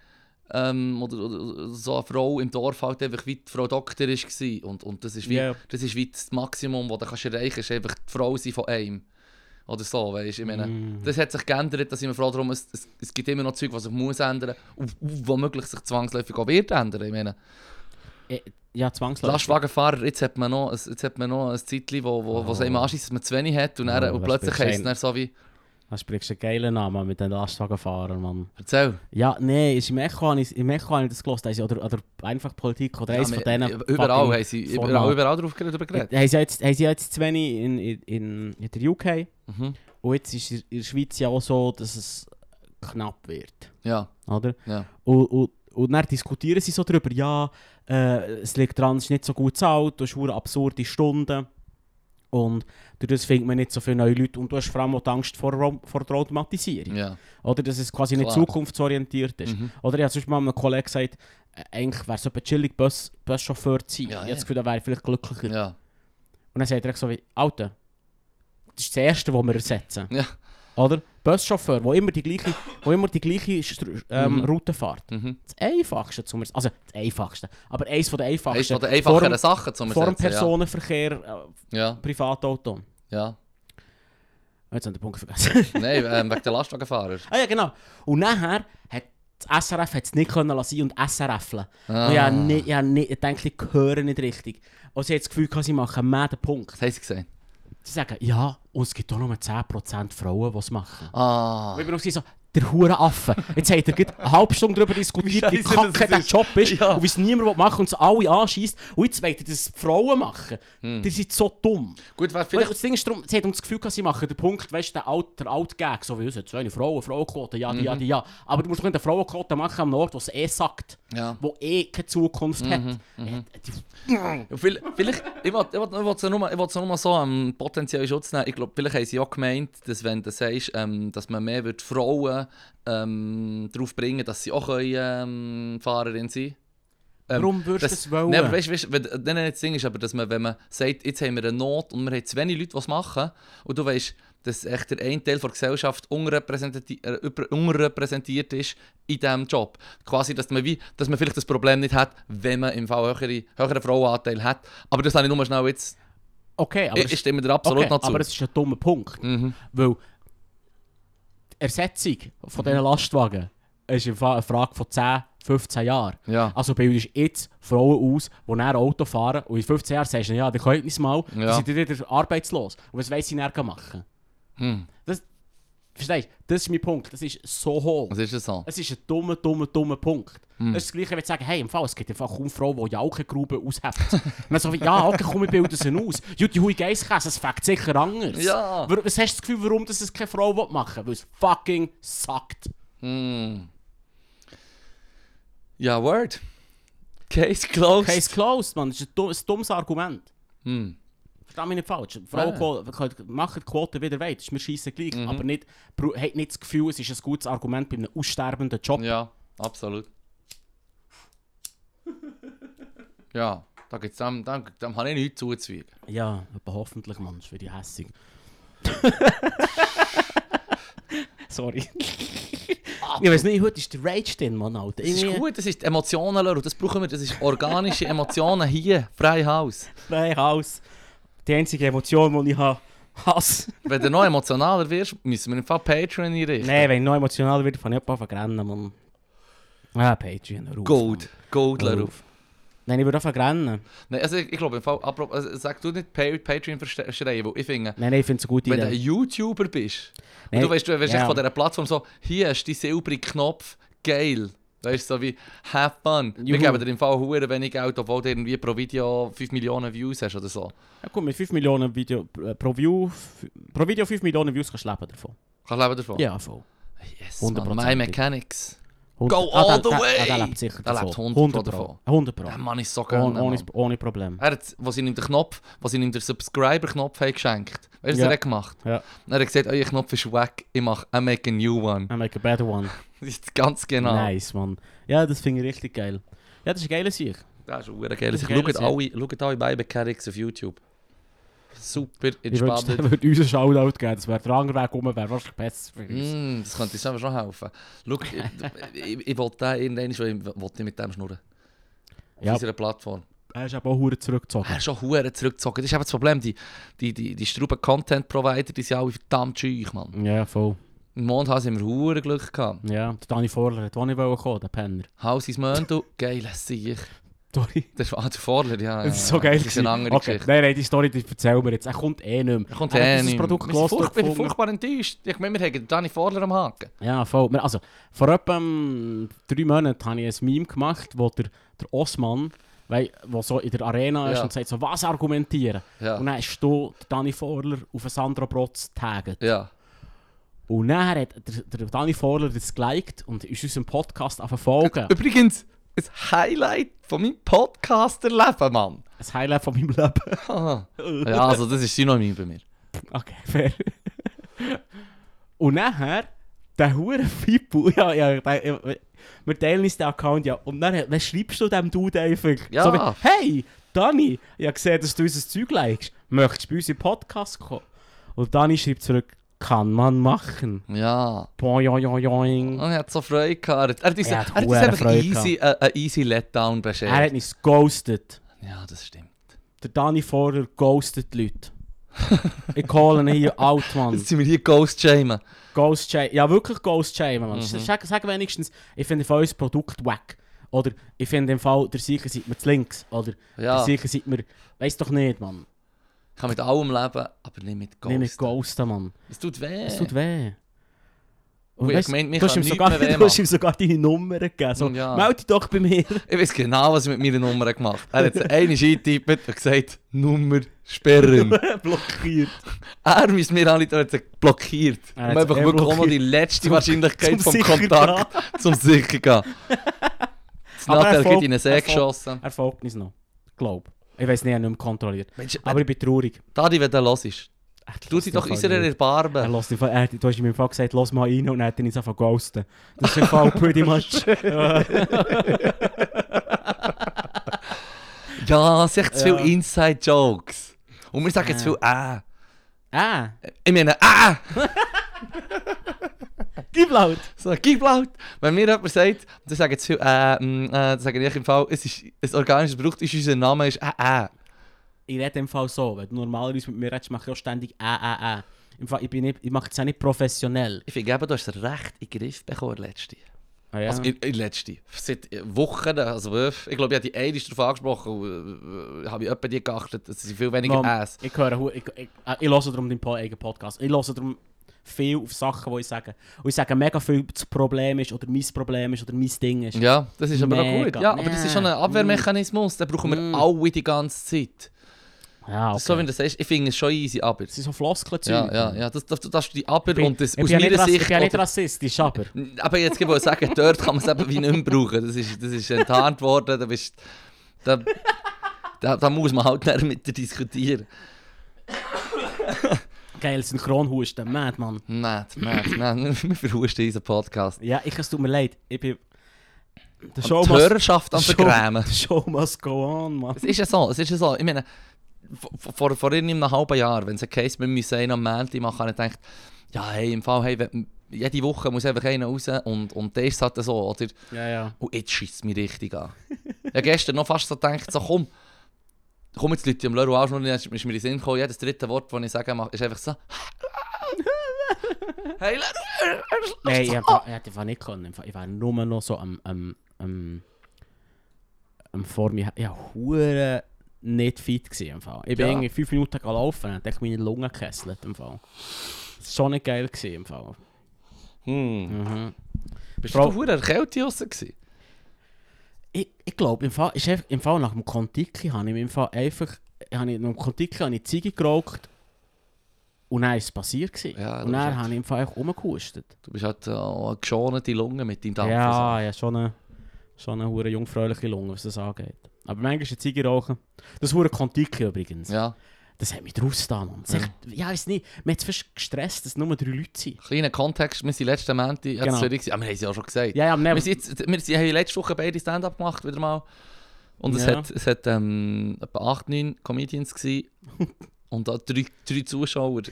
ähm, oder, oder so eine Frau im Dorf halt einfach wie die Frau Doktor war. Und, und das, ist wie,
Ja.
das ist wie das Maximum, das du kannst erreichen kannst, ist einfach die Frau sein von einem. Oder so, weißt du, ich meine...
Mm.
Das hat sich geändert, da sind wir froh darum, es, es, es gibt immer noch Zeug, was sich muss ändern und und womöglich sich zwangsläufig auch wird ändern. Ich meine,
Äh, Ja, zwangsläufig.
Lastwagenfahrer, jetzt hat man noch, ein- jetzt hat man noch ein Zeitchen, wo, wo, wo es
Oh.
einem anschießt, dass man zu wenig hat und,
Oh,
dann, und
was
plötzlich
wird
heisst es dann so wie,
Da sprichst du einen geilen Namen mit den Lastwagenfahrern, Mann.
erzähl.
Ja, nee, ist im Echo habe ich, im Echo habe ich das gehört. Also, oder, oder einfach Politik oder eins
Ja,
von
wir-
denen.
überall
fucking-
haben sie
Format.
überall, überall drauf geredet. drüber geredet.
Haben sie ja jetzt, haben sie ja jetzt zu wenig in, in, in, in der UK.
Mhm.
Und jetzt ist in in der Schweiz ja auch so, dass es knapp wird.
Ja,
Oder?
ja.
Und, und, und dann diskutieren sie so drüber, ja, äh, es liegt daran, es ist nicht so gut bezahlt, du hast verdammt absurde Stunden. Und dadurch findet man nicht so viele neue Leute. Und du hast vor allem auch die Angst vor, Rom- vor der Automatisierung.
ja.
Oder dass es quasi nicht
Klar.
zukunftsorientiert ist.
Mhm.
Oder ich habe sonst mal einem Kollegen gesagt, äh, eigentlich wäre es etwas chillig, Bus, Buschauffeur zu sein.
Ja,
ich habe
ja.
das Gefühl, er wäre vielleicht glücklicher.
ja.
Und dann sagt er so wie, Alter, das ist das Erste, was wir ersetzen.
Ja.
Oder? Buschauffeur, der immer die gleiche, wo immer die gleiche Stru- ähm,
Mhm.
Route fährt.
Mhm.
Das Einfachste zum Ersetzen. Also, das Einfachste. Aber eins von der
Eines
Einfachsten.
von den
vor
einfacheren
dem-
Sachen zum
Vor dem
Ersetzen,
Personenverkehr,
Ja,
äh, Privatauto.
ja.
Oh, Jetzt haben wir den Punkt vergessen.
ja. Nein, ähm, wegen der Lastwagenfahrer.
ah ja, genau. Und nachher hat das SRF hat's nicht können lassen und SRFlen.
Ah.
Oh Ja, nicht, ja, nicht, ich denke, ich höre nicht richtig. Also ich habe das Gefühl, gehabt, sie machen mehr den Punkt.
Was haben sie gesehen?
Sie sagen, ja, und es gibt auch nur 10% Frauen, die es machen.
Ah.
Und ich bin auch so, der hure Affe. Jetzt habt ihr gerade eine halbe Stunde darüber diskutiert, wie,
Wie scheisse
kacke
das
der
ist.
Job ist
Ja.
und wie es niemand machen will und es alle anschießt. Und jetzt wollt ihr, dass es Frauen machen. Die sind so dumm.
Hm. Gut, wäre
Vielleicht
vielleicht...
das Ding ist darum, sie hat uns das Gefühl, gehabt, sie machen den Punkt, weißt du, der Alt- der Altgag, so wie uns, jetzt eine Frau, Frauenquote, ja, die,
Mhm.
ja, die, ja. Aber du musst doch nicht eine Frauenquote machen am Ort, wo es eh sagt,
Ja.
wo eh keine Zukunft hat. Äh, die-
Ähm, Ja, vill- Vielleicht, ich wollte es ja nur, ich wollt ja nur so einen potenziellen Schutz nehmen. Ich glaube, vielleicht haben sie auch gemeint, dass wenn du sagst, ähm, dass man mehr wird ehm, Frauen ähm, darauf bringen dass sie auch können, ähm, Fahrerin sein Ähm,
Warum würdest du
das-
das wollen?
Nein, aber weißt, weißt, wenn, nein, nein, das Ding ist aber, dass man, wenn man sagt, jetzt haben wir eine Not und wir haben zu wenig Leute, die es machen, und du weißt, dass echt der ein Teil der Gesellschaft unrepräsentati- äh, über- unrepräsentiert ist in diesem Job. Quasi, dass man, wie, dass man vielleicht das Problem nicht hat, wenn man im Fall höhere, höheren Frauenanteil hat. Aber das habe ich nur schnell jetzt.
okay, aber,
ich, ich
es,
stimme dir absolut
okay,
noch zu.
aber es ist ein dummer Punkt.
mhm.
Weil die Ersetzung von
Mhm.
diesen Lastwagen ist im Fall eine Frage von 10, 15 Jahren.
Ja.
Also bildest du jetzt Frauen aus, die dann Auto fahren und in 15 Jahren sagst du, ja, die können nicht mal,
Ja.
dann sind die wieder arbeitslos. Und was weiss ich dann machen?
Hm.
Verstehst du? Das ist mein Punkt. Das ist so
Was
hohl.
ist das so?
Es ist ein dummer, dummer, dummer Punkt.
Hm.
Das ist das Gleiche, wenn ich sagen, hey, im Fall, es gibt einfach kaum Frauen, die Jauchengruben aushebt. Und dann so, wie, ja, okay, komm, wir bilden sie aus. Ja, die hui Geisskäse, es fängt sicher anders. Wa-
Ja.
Was hast du das Gefühl, warum das es keine Frau will machen will? Weil es fucking sackt.
Hm. Ja, Word. Case closed.
Case closed, Mann. Das ist ein, dumm, ein dummes Argument.
Hm.
Versteh mich nicht falsch.
Ja. Mhm.
Frauen ja. machen die Quote wieder weit, ist mir scheiße gleich. Aber nicht, bru- hat nicht das Gefühl, es ist ein gutes Argument bei einem aussterbenden Job.
Ja, absolut. ja, da gibt's dem, dem, dem habe ich nichts zuzufügen.
Ja, aber hoffentlich, Mann, ist für die hässig. Sorry. ich weiß nicht, heute ist der Rage drin, Mann, Alter.
Das ist gut, das ist die Emotionen, Leute, das brauchen wir, das ist organische Emotionen hier, frei Haus.
Nein, Haus. Die einzige Emotion, die ich habe, Hass.
Wenn du noch emotionaler wirst, müssen wir im Fall Patreon einrichten.
Nein, wenn ich noch emotional werde, fange ich einfach an zu rennen, Mann. Ah, Patreon, ruf.
Gold, Gold,
Mann.
Leute.
Ruf. Nein, ich würde einfach rennen.
Nein, also ich, ich glaube, im Fall, apro- also, sag du nicht Pa- Patreon verste- schreien, weil ich finde,
Nein, nein, ich finde es eine gute
wenn du
Idee.
ein YouTuber bist,
Nein,
und du weißt, du weißt
ja.
echt von dieser Plattform so, hier ist dein silbrige Knopf, geil. Weißt du, so wie, have fun. Wir
Juhu.
geben dir im Fall Huren wenig Geld, obwohl du irgendwie pro Video 5 Millionen Views hast oder so.
Ja, gut, mit 5 Millionen Video, äh, pro, View, f- pro Video 5 Millionen Views kannst du leben davon.
Kannst du leben davon?
Ja, voll.
Yes,
100%.
man, My Mechanics.
Hund-
Go
Ah,
all
der-
the
der-
way!
ah, Der lebt sicher
Der
davon.
lebt 100 pro
100
davon.
Pro. 100 Pro.
Der Mann ist so geil.
Ohne, ohne, ohne Problem.
Er hat, wo sie ihm den Knopf, wo sie ihm den Subscriber-Knopf haben geschenkt. Weißt du, was
Ja.
er hat gemacht?
Ja.
Und er hat gesagt, euer Knopf ist wack, ich mache, I make a new one.
I make a better one.
Das ist ganz genau.
Nice, Mann. Ja, das finde ich richtig geil. Ja, das ist ein geiler Sieg.
Das ist verdammt geil.
Das
Ich
ist
schaut
geil,
alle, schaut alle bei Mechanics auf YouTube. Super
Ich wünschte,
entspannt.
er würde uns einen Shoutout Dus geben. Das wäre der andere Weg rum, wäre wahrscheinlich besser für uns.
Mm, das könnte uns selber schon helfen. Schau, ich, ich, ich wollte den irgendwann, ich wollte mit dem schnurren. Auf
Ja.
unserer Plattform.
Er ist aber auch verdammt zurückgezogen.
Er ist schon hure zurückgezogen. Das ist eben das Problem. Die, die, die, die struben Content-Provider, die sind alle verdammt schüch, Mann.
Ja, voll.
Im Mondhaus haben wir hure Glück gehabt.
Ja, der Dani Vorler hat auch nicht wollen kommen, der Penner.
Haus ins Möndu, geiler Sieg.
Sorry.
Das war ah, der Vorler, ja. ja,
Das ist
ja.
so geil.
Das ist eine
gewesen.
andere
okay.
Geschichte.
Nein, nein, die Story die erzählen wir jetzt. Er kommt eh nicht mehr.
Er kommt
er hat
eh
dieses
nicht mehr.
Produkt
Wir sind
gelost
furchtbar, ich bin
gefunden.
furchtbar enttäuscht. Ich meine, wir haben Dani Vorler am Haken.
Ja, voll. Wir- Also, vor etwa ähm, drei Monaten habe ich ein Meme gemacht, wo der, der Osman, wei- wo so in der Arena ist
Ja.
und sagt so, was argumentieren?
Ja.
Und dann hast du den Dani Vorler auf den Sandra Brotz getaggt.
Ja.
Und dann hat der, der Dani Vorler das geliked und ist unserem Podcast auf Folgen.
Übrigens, ein Highlight von meinem Podcaster-Leben, Mann.
Ein Highlight von meinem Leben.
ja, also das ist Synonym bei mir.
Okay, fair. Und nachher, der hure Fibu, ja, ja, der, ja, wir teilen uns den Account, ja. Und dann, dann schreibst du dem Dude einfach,
Ja.
so wie, hey, Dani, ich habe gesehen, dass du unser Zeug likest. Möchtest du bei uns in den Podcast kommen? Und Dani schreibt zurück, kann man machen.
Ja. Oh,
Boing, boing, boing,
Und
boing.
er hat so Freude gehabt. Er hat uns,
Er
er
hat
hat uns
huere
einfach
Freude
easy, äh, einen easy Letdown
Er hat
beschert.
uns ghostet.
Ja, das stimmt.
Der Dani Vorder ghostet die Leute. ich call ihn hier out, Mann.
Jetzt sind wir hier Ghost Shaman.
Ghost Shame. Ja, wirklich Ghost Shame,
Mhm.
man. Sag, sag wenigstens, ich finde im Fall unser Produkt wack. Oder ich finde im Fall, der Sicher sieht mir zu links. Oder der
Ja, ich
Sicher sieht mir. Weiß doch nicht, Mann.
kann mit allem leben, aber nicht mit Ghost.
Nicht mit Ghosten, Mann.
Es tut weh.
Es tut weh.
Ui, ich
weisst,
meinte, mir
du hast
kann
ihm
nichts
sogar,
mehr weh
du hast
machen.
ihm sogar deine Nummer gegeben. So,
Mm, Ja.
Melde dich doch bei mir.
Ich weiß genau, was er mit meiner Nummer gemacht hat. Er hat sie einmal eingetippt und gesagt, Nummer sperren.
Blockiert.
er müsste mir alle er hat sie blockiert.
Er
Er
hat
hat einfach
sie eh
wirklich auch noch die
blockiert.
letzte
Zum-
Wahrscheinlichkeit
zum
vom
sicher
Kontakt zum sicher gehen. Das
Aber er
Nachteil geht
folgt-
in den See
er folgt-
geschossen.
Er folgt uns noch. Glaub. Ich weiß nicht, ich habe nicht mehr kontrolliert.
Mensch,
Aber ich bin traurig.
Tadi, wenn du los ist,
Er
du
lässt
sie
im
doch
Fall
unserer
nicht. Er
Erbarmen.
lässt im Fall, er, du hast ihm im Fall gesagt, lass mal rein und dann hat er uns einfach ghosten. Das ist im Fall pretty much.
Ja, es sind echt zu
Ja.
viele Inside-Jokes. Und wir sagen
Ja.
zu viel «äh».
Ah,
Ich meine «äh».
gib laut!
So, gib laut! Wenn mir jemand sagt, dann sagen zu viel «äh», mm, «äh», dann sage ich im Fall, es ist ein organisches Produkt, ist unser Name ist «äh, äh».
Ich rede im Fall so, wenn du normalerweise mit mir redest, mache ich auch ständig äh, äh, äh. Im Fall, ich, bin nicht, ich mache es auch nicht professionell.
Ich finde eben, du hast recht in den Griff bekommen, letzte.
Ah, ja.
Also, in, in letzte. Seit Wochen, also wirklich. ich glaube, ich habe die eine darauf angesprochen und äh, habe ich etwa die geachtet, es sind viel weniger
Mom,
Äs.
Ich höre, hu- ich, ich, äh, ich höre darum deinen po- eigenen Podcast. Ich höre darum viel auf Sachen, die ich sage. Und ich sage mega viel, das Problem ist oder mein Problem ist oder mein Ding ist.
Ja, das ist aber auch
Mega.
gut. Ja, aber das ist schon ein
Ja.
Abwehrmechanismus, den brauchen wir
Mm.
alle die ganze Zeit.
Ja,
Das ist So wie du sagst, ich finde es schon easy, aber...
Das sind so Floskeln.
Ja, ja, ja, das, das, das ist die Aber
bin,
und das,
ich
aus
bin ja
meiner
nicht, rassi- ich
Sicht...
bin ja nicht
oder-
rassistisch, aber...
aber jetzt gibt es sagen, dort kann man es eben wie nicht mehr brauchen. Das ist, das ist enttarnt worden, da bist... Da, da, da muss man halt dann mit dir diskutieren.
Geil, Synchronhusten, mad, Mann.
Nein, nein, nein, wir verhusten unseren Podcast.
Ja, ich, es tut mir leid. Ich bin... Der
Die
Show must,
Hörerschaft am
Show-
Vergrämen.
the show must go on, Mann.
Es ist ja so, es ist ja so. Ich meine, vor, vor, vor einem halben Jahr, wenn es ein Case mit mir sein am Montag machen, habe ich gedacht, ja, hey, im Fall, hey, wenn- jede Woche muss einfach einer raus und, und der ist halt so, oder?
Ja, ja.
Und jetzt schießt es mich richtig an. ja, gestern noch fast so gedacht, so komm, komm jetzt Leute, am Leru auch schon, ist mir in den Sinn gekommen, jedes dritte Wort, das ich sage, mach- ist einfach so. hey, Leru!
Nein, ich hätte ich hätte einfach nicht können. Ich war nur noch so am... am, am, am vor mir... Ich war hure nicht fit. Gewesen, im Fall. Ich bin
Ja.
irgendwie fünf Minuten gelaufen und habe meine Lunge gekesselt. Im Fall. Das war schon nicht geil. Gewesen, im Fall.
Hm,
Mhm.
bist
Frau-
du verdammt erkältet draussen gewesen?
Ich, ich glaube, im Fall, ist einfach, im Fall nach dem Kontiki habe ich mir im Fall einfach, habe ich, nach dem Kontiki habe ich Ziege geraucht und dann ist es passiert gewesen.
Ja, das
und
ist
dann
echt-
habe ich im Fall einfach rumgehustet.
Du bist halt äh, eine geschonte Lunge mit deinem Dampf.
ja, ja, schon eine, schon eine hure jungfräuliche Lunge, was das angeht. Aber manchmal ist eine Ziege rauchen, das hure Kontiki übrigens,
ja.
das hat mich draus getan, Mann. Das ist echt- Ja, ich weiß nicht, mir hat es fast gestresst, dass nur drei Leute sind.
Kleiner Kontext, wir sind letzten Montag jetzt
Genau.
genau. Zürich, gewesen. aber wir haben es ja auch schon gesagt.
Ja, ja,
Wir,
nein,
sind jetzt, wir sind, haben letzte Woche beide Stand-up gemacht, wieder mal. Und es
Ja.
hat, es hat ähm, etwa 8, 9 Comedians gewesen. und da drei, drei Zuschauer.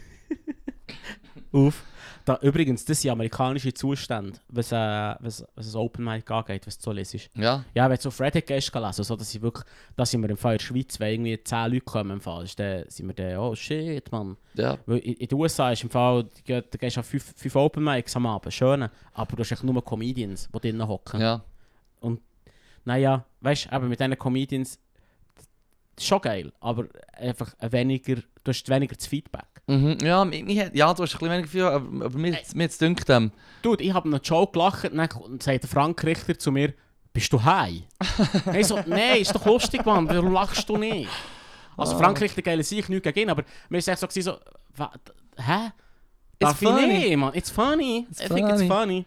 Auf. Da, übrigens, das sind amerikanische Zustände, was, äh, was, was das Open Mic angeht, was du so lesest.
Ja,
Ja, wenn du auf Reddit gehst, gelesen, so, dass ich wirklich, da sind wir im Fall in der Schweiz, wenn irgendwie 10 Leute kommen, im Fall, ist dann, sind wir dann, oh shit, Mann.
ja.
Weil in, in den USA ist im Fall, die gehen- da gehst du an 5 Open Mics am Abend, schön, aber du hast echt nur Comedians, die drinnen hocken.
ja.
Naja, weißt du, eben mit diesen Comedians, ist schon geil, aber einfach ein weniger, du hast weniger das Feedback.
Mhm. Ja, mi- mi hat- ja, du hast ein bisschen weniger Gefühl, aber, aber mir, mir jetzt dünkt ähm,
Dude, ich habe einen Joke gelacht und dann sagt der Frank Richter zu mir, bist du high? Nein, so, nein, ist doch lustig, Mann, warum lachst du nicht? Also
Ah.
Frank Richter geil sich nichts gegen ihn, aber mir ist echt so, gewesen, so wa- d- hä? Darf ich
funny.
nicht, Mann? It's funny.
It's
I think it's
funny.
funny.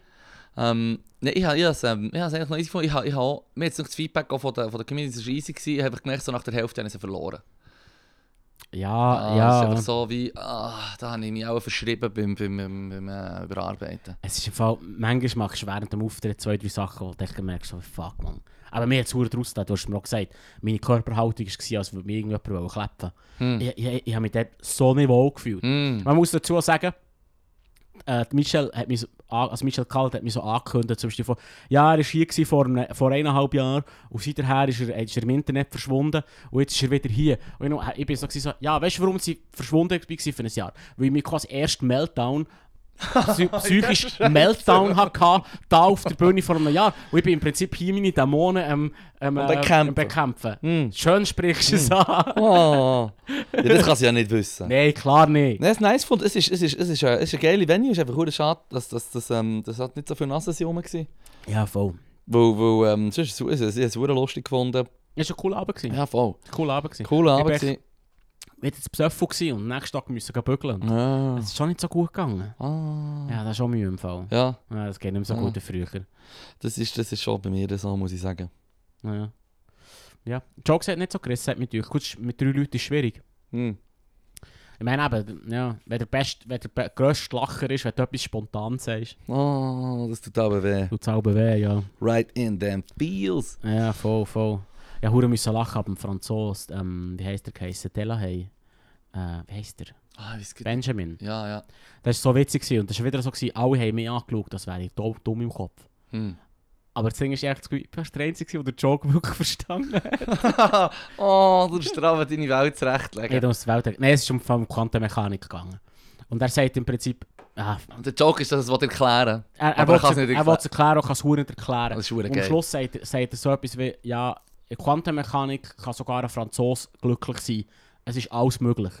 Ähm, nee, ich habe es ähm, ich hab's eigentlich noch easy gefunden. Ich habe, ich habe, mir jetzt noch das Feedback auch von der, von der Community war easy gewesen. Ich habe einfach gemerkt, so nach der Hälfte habe ich sie verloren.
Ja,
Ah, Es ist
ja.
einfach so wie, ah, da habe ich mich auch verschrieben beim, beim, beim, beim äh, Überarbeiten.
Es ist im Fall, manchmal machst du während dem Auftritt zwei, drei Sachen, wo du echt merkst, so, fuck, Mann. Aber mir hat es verdammt draus getan. Du hast mir auch gesagt, meine Körperhaltung war, als würde mir irgendjemand wollen klappen
Hm.
Ich, ich, ich habe mich dort so nicht wohl gefühlt.
Mm.
Man muss dazu sagen, äh, die Michelle hat mich so, an- also Michelle Kalt hat mich so angekündigt, zum Beispiel von, ja, er war hier gewesen vor, einem, vor eineinhalb Jahren und seither ist er, ist er im Internet verschwunden und jetzt ist er wieder hier. Und ich, noch- ich bin so, gewesen, so ja, weißt du, warum sie verschwunden war für ein Jahr? Weil ich mich quasi erst Meltdown psy- psychisch Meltdown hatte, da auf der Bühne vor einem Jahr. Und ich bin im Prinzip hier meine Dämonen ähm, ähm, äh,
bekämpfen.
bekämpfen. Hm. Schön sprichst du es an.
Oh. Ja, das kann sie ja nicht wissen.
Nein, klar nicht.
Nein, es ist nice fand, es ist, es ist, es ist, ein, es ist ein geile Venue, es ist einfach verdammt schade, dass, dass, dass, ähm, dass halt nicht so viele Nassen rum waren.
Ja, voll.
Weil, weil ähm, sonst ist es, es, ich habe es verdammt lustig gefunden.
Es war ein cooler Abend. gewesen.
Ja, voll.
Cool Abend. gewesen.
Cooler
Ich
Abend
bin
gewesen.
Wir waren jetzt besoffen gewesen und am nächsten Tag müssen wir bügeln. Und
Ja.
Es ist schon nicht so gut gegangen. Mm.
Ah.
Mm. Ja, das ist schon Mühe im Fall.
Ja,
Ja, das geht nicht mehr so
Ah.
gut wie früher.
das ist, das ist schon bei mir so, muss ich sagen.
Ja. ja. Jokes hat nicht so gerissen, sagt mit euch. Gut, ist- mit drei Leuten ist schwierig.
Hm.
Ich meine eben, ja, wenn der, best, wenn der be- grösste Lacher ist, wenn du etwas spontan sagst,
Oh, das tut aber weh.
tut es auch weh, ja.
Right in them feels.
Ja, voll, voll. Ja, hure müssen lachen ab dem Franzos, ähm, wie heißt der geheissen? Delahaye. Äh, wie heißt der?
Ah, ich weiss gar nicht.
Benjamin.
Ja, ja.
Das war so witzig gewesen. und das war wieder so, gewesen, alle haben mich angeschaut, das wäre ich do- dumm im Kopf.
Hm.
Aber das Ding ist echt, du warst der Einzige, gewesen, der den Joke wirklich verstanden hat.
oh, du strafen deine Welt zurechtlegen.
Nicht ums Welt. Nein, es ist um um Quantenmechanik gegangen. Und er sagt im Prinzip, ah,
Und der Joke ist, dass es erklären
er, er
Aber er
will
kann's
es
nicht
er
erklären.
will es erklären und kann es hure nicht erklären.
Das ist hure
und am
geil.
Schluss sagt, er- sagt er so etwas wie, ja, in Quantenmechanik kann sogar ein Franzose glücklich sein. Es ist alles Oh möglich.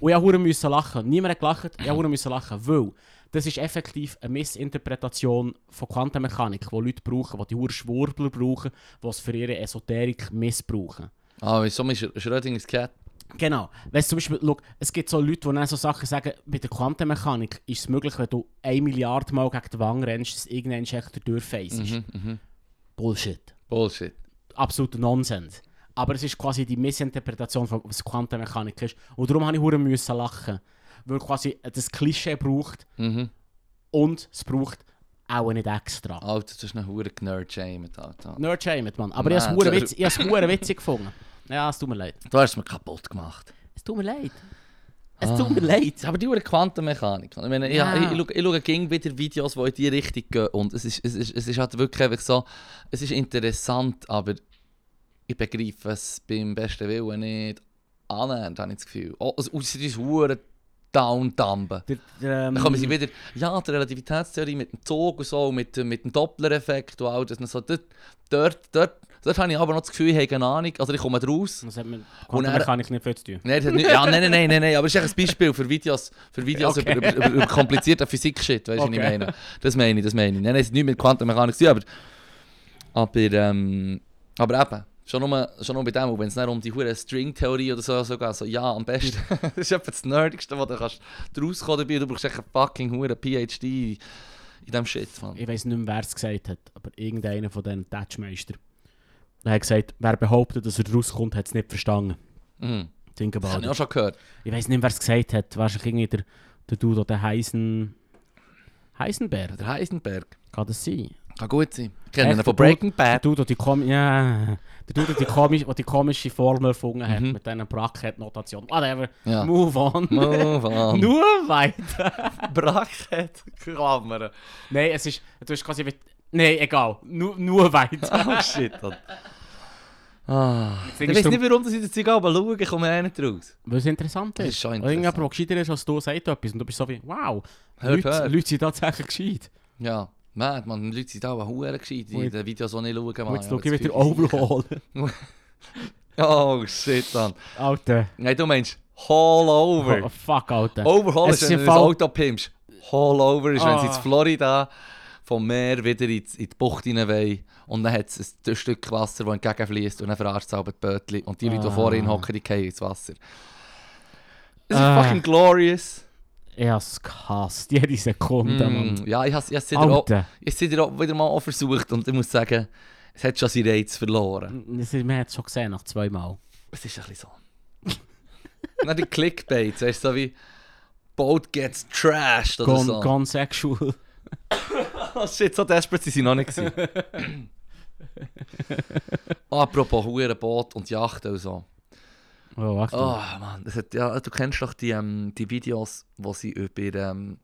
Und ich hure müssen lachen. Niemand hat gelacht, ich hure müssen lachen, weil das ist effektiv eine Missinterpretation von Quantenmechanik, die Leute brauchen, die die hure Schwurbler brauchen, die es für ihre Esoterik missbrauchen.
Ah, wieso ist Schrö- Schrödingers Cat?
Genau. Weißt du, zum Beispiel, schau, es gibt so Leute, die dann so Sachen sagen, bei der Quantenmechanik ist es möglich, wenn du eine Milliarde Mal gegen die Wange rennst, dass irgendein echt durchfeist. ist.
Mhm, mhm.
Bullshit.
Bullshit.
Absoluter Nonsens. Aber es ist quasi die Missinterpretation von was Quantenmechanik ist. Und darum habe ich hure müssen lachen. Weil quasi das Klischee braucht
Mhm.
und es braucht auch nicht extra.
Alter, das ist ein hure Nerd-Shamed, Alter.
Nerdschämt, Mann. Aber
Nein,
ich habe es hure
das-
witz- ich habe es hure witzig gefunden. Ja, es tut mir leid.
Du hast es mir kaputt gemacht.
Es tut mir leid. Es tut mir leid.
Aber die hure Quantenmechanik. Ich meine, ich,
Ja.
ich, ich, schaue- ich schaue ging wieder Videos, die in die Richtung gehen. Und es ist, es ist, es ist halt wirklich einfach so, es ist interessant, aber ich begreife es beim besten Willen nicht annähernd, habe ich das Gefühl. Oh, es es ist hure Downdumpen.
Der, der, ähm,
Dann kommen sie wieder, ja, die Relativitätstheorie mit dem Zug und so, mit, dem- mit dem Doppler-Effekt und all das. Und so, dort, dort, dort, dort habe ich aber noch das Gefühl, ich habe keine Ahnung. Also ich komme raus.
Das hat mit
Und er-
Quantenmechanik nicht viel zu tun.
Nein, das hat nicht, ja, nein, nein, nein, nein, nein, aber es ist echt ein Beispiel für Videos, für Videos
Okay.
über, über, über, über komplizierte Physik-Shit, weißt du, was ich
Okay.
meine? Das meine ich, das meine ich. Nein, nein, es hat nichts mit Quantenmechanik zu tun, aber, aber, ähm, aber eben, schon nur, schon nur bei dem, und wenn es dann um die hure String-Theorie oder so, so geht, so, ja, am besten, das ist etwa das Nerdigste, was du kannst draus kommen dabei, du brauchst echt einen fucking hure PhD in diesem Shit, Mann.
Ich weiß nicht mehr, wer es gesagt hat, aber irgendeiner von diesen Tatschmeister. Er hat gesagt, wer behauptet, dass er rauskommt, hat es nicht verstanden.
Mhm.
Think
Das
about
habe ich
it.
auch schon gehört.
Ich weiß nicht, wer es gesagt hat. Wahrscheinlich irgendwie der, der Dude oder der Heisen... Heisenberg?
Der Heisenberg,
Kann das sein?
kann gut sein. Ich kenne
Echt,
ihn von
der Dude-
Breaking
Der
Bad.
Dude, der die, Kom ja. der, Dude, der die, komisch, der die komische Formel erfunden hat,
Mhm.
mit diesen Bracket-Notationen. Whatever.
Ja.
Move on.
Move on.
Nur weiter.
Bracket, Klammern.
Nein, es ist... Du hast quasi... mit- Nein, egal. Nur, nur weiter.
Oh shit, Mann. Ah. Ich
Findest
weiß
du-
nicht, warum dass ich das Zeug aber schaue, ich komme eh nicht raus.
Weil es interessant
Das
ist.
ist schon
Oder irgendjemand, der
interessant.
gescheiter ist als du, sagt etwas und du bist so wie, wow,
Hört,
Leute,
hört.
Leute sind tatsächlich gescheit.
Oh, Ja, mad, man, die Leute sind auch hure gescheit in
Ui.
den Videos, die ich schaue.
Und
Mann.
jetzt
Ja,
schaue ich wieder
das Gefühl ist sicher.
Overhaul.
Oh shit, Mann.
Alter,
Nein, du meinst All
oh,
Over.
fuck, Alter.
Overhaul
Es
ist,
ist
wenn
im
du das
Fall-
Auto pimpst. All Over ist, wenn sie
Ah.
in Florida vom Meer wieder in, in die Bucht hinein wollen. Und dann hat es ein Stück Wasser, das entgegenfließt und dann verarscht es aber die Bötchen. Und die Leute,
Ah.
die vorhin hocken, die fallen ins Wasser. Es ist
Ah.
fucking glorious.
Ich hab's gehasst, jede Sekunde, Mann.
Mm, ja, ich habe es wieder, auch-
Alter,
ich hab's wieder, auch- wieder mal auch versucht und ich muss sagen, es hat schon seinen Reiz verloren.
das ist- man hat es schon gesehen nach zweimal.
Es ist ein bisschen so. Na, die Clickbaits, weißt du, so wie Boat gets trashed oder
Gone,
so.
gone sexual. Ah,
Oh shit, so desperate sind sie noch nicht. gewesen. Apropos Huren, Boot und Yacht und so.
Oh, Achtung.
Oh Mann, das hat, ja, du kennst doch die, ähm, die Videos, wo sie über, ähm,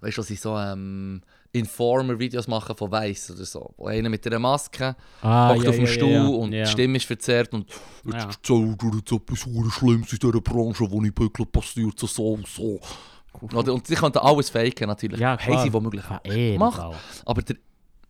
weißt du, wo sie so ähm, Informer-Videos machen von Weiss oder so. Wo einer mit einer Maske
Ah,
hockt
ja,
auf dem
ja, ja,
Stuhl
ja.
und
Ja. Ah,
die Stimme ist verzerrt und
Ja.
jetzt erzähl dir jetzt etwas hure Schlimmes in dieser Branche, wo ich Böckle passiert, so, so, so. Oder, und sie könnten alles faken natürlich.
Ja,
Haben
klar.
sie womöglich
Ah, eh,
Mach.
Mann.
aber der,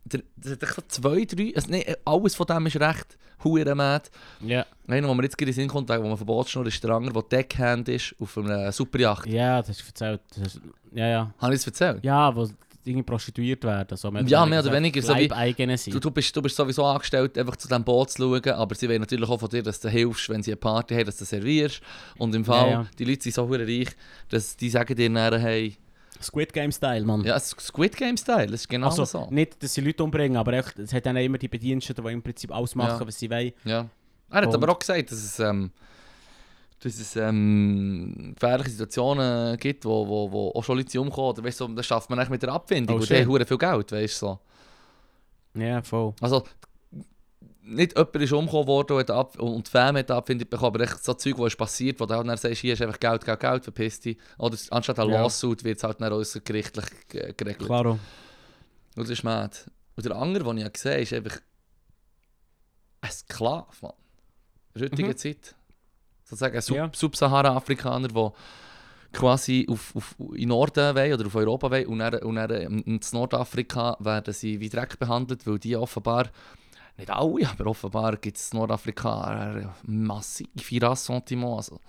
der, der, der hat zwei, drei, also nee, alles von dem ist recht hurenmad.
Ja,
Einer, wo mir jetzt gerade in den Sinn kommt, wo man verbotsschnur ist, der andere, der Deckhand ist, auf einer Superjacht.
ja, das hast du erzählt. Das ist, ja, ja.
Habe ich es erzählt?
Ja, wo irgendwie prostituiert werden. So,
Ja, mehr oder weniger, so wie-
Leibeigene sein.
Du, du, bist, du bist sowieso angestellt, einfach zu diesem Boot zu schauen, aber sie wollen natürlich auch von dir, dass du hilfst, wenn sie eine Party haben, dass du servierst. Und im Fall,
Ja, ja.
die Leute sind so hure reich, dass die sagen dir nachher, hey,
Squid Game-Style, Mann.
ja, es ist Squid Game-Style, das ist genau
Also,
so.
nicht, dass sie Leute umbringen, aber echt, es hat dann immer die Bediensteten, die im Prinzip alles machen,
Ja.
was sie wollen.
Ja. Er hat
Und-
aber auch gesagt, dass es, ähm, dass es ähm, gefährliche Situationen gibt, wo, wo, wo auch schon Leute sind umkommen. Oder weißt du, das schafft man eigentlich mit der Abfindung.
Oh,
und
shit.
die haben verdammt viel Geld, weißt du. So.
Ja, voll.
Also, nicht jemand ist umgekommen worden und, hat Ab und die Fame hat Abfindung bekommen, aber echt so Zeug, was ist passiert, wo du halt dann sagst, hier ist einfach Geld, Geld, Geld, verpiss dich. Oder anstatt ein
Ja.
Lawsuit wird es halt dann außergerichtlich ge- geregelt.
Klaro.
Und das ist mad. Und der andere, den ich ja gesehen habe, ist einfach ein Sklave, Mann. In der heutigen
Mhm.
Zeit. Sozusagen ein Sub
Ja.
Sub-Sahara-Afrikaner, der quasi auf, auf, in den Norden will oder auf Europa will und dann, und dann ähm, in Nordafrika werden sie wie Dreck behandelt, weil die offenbar, nicht alle, aber offenbar gibt es Nordafrikaner massive Rassentiments. Also,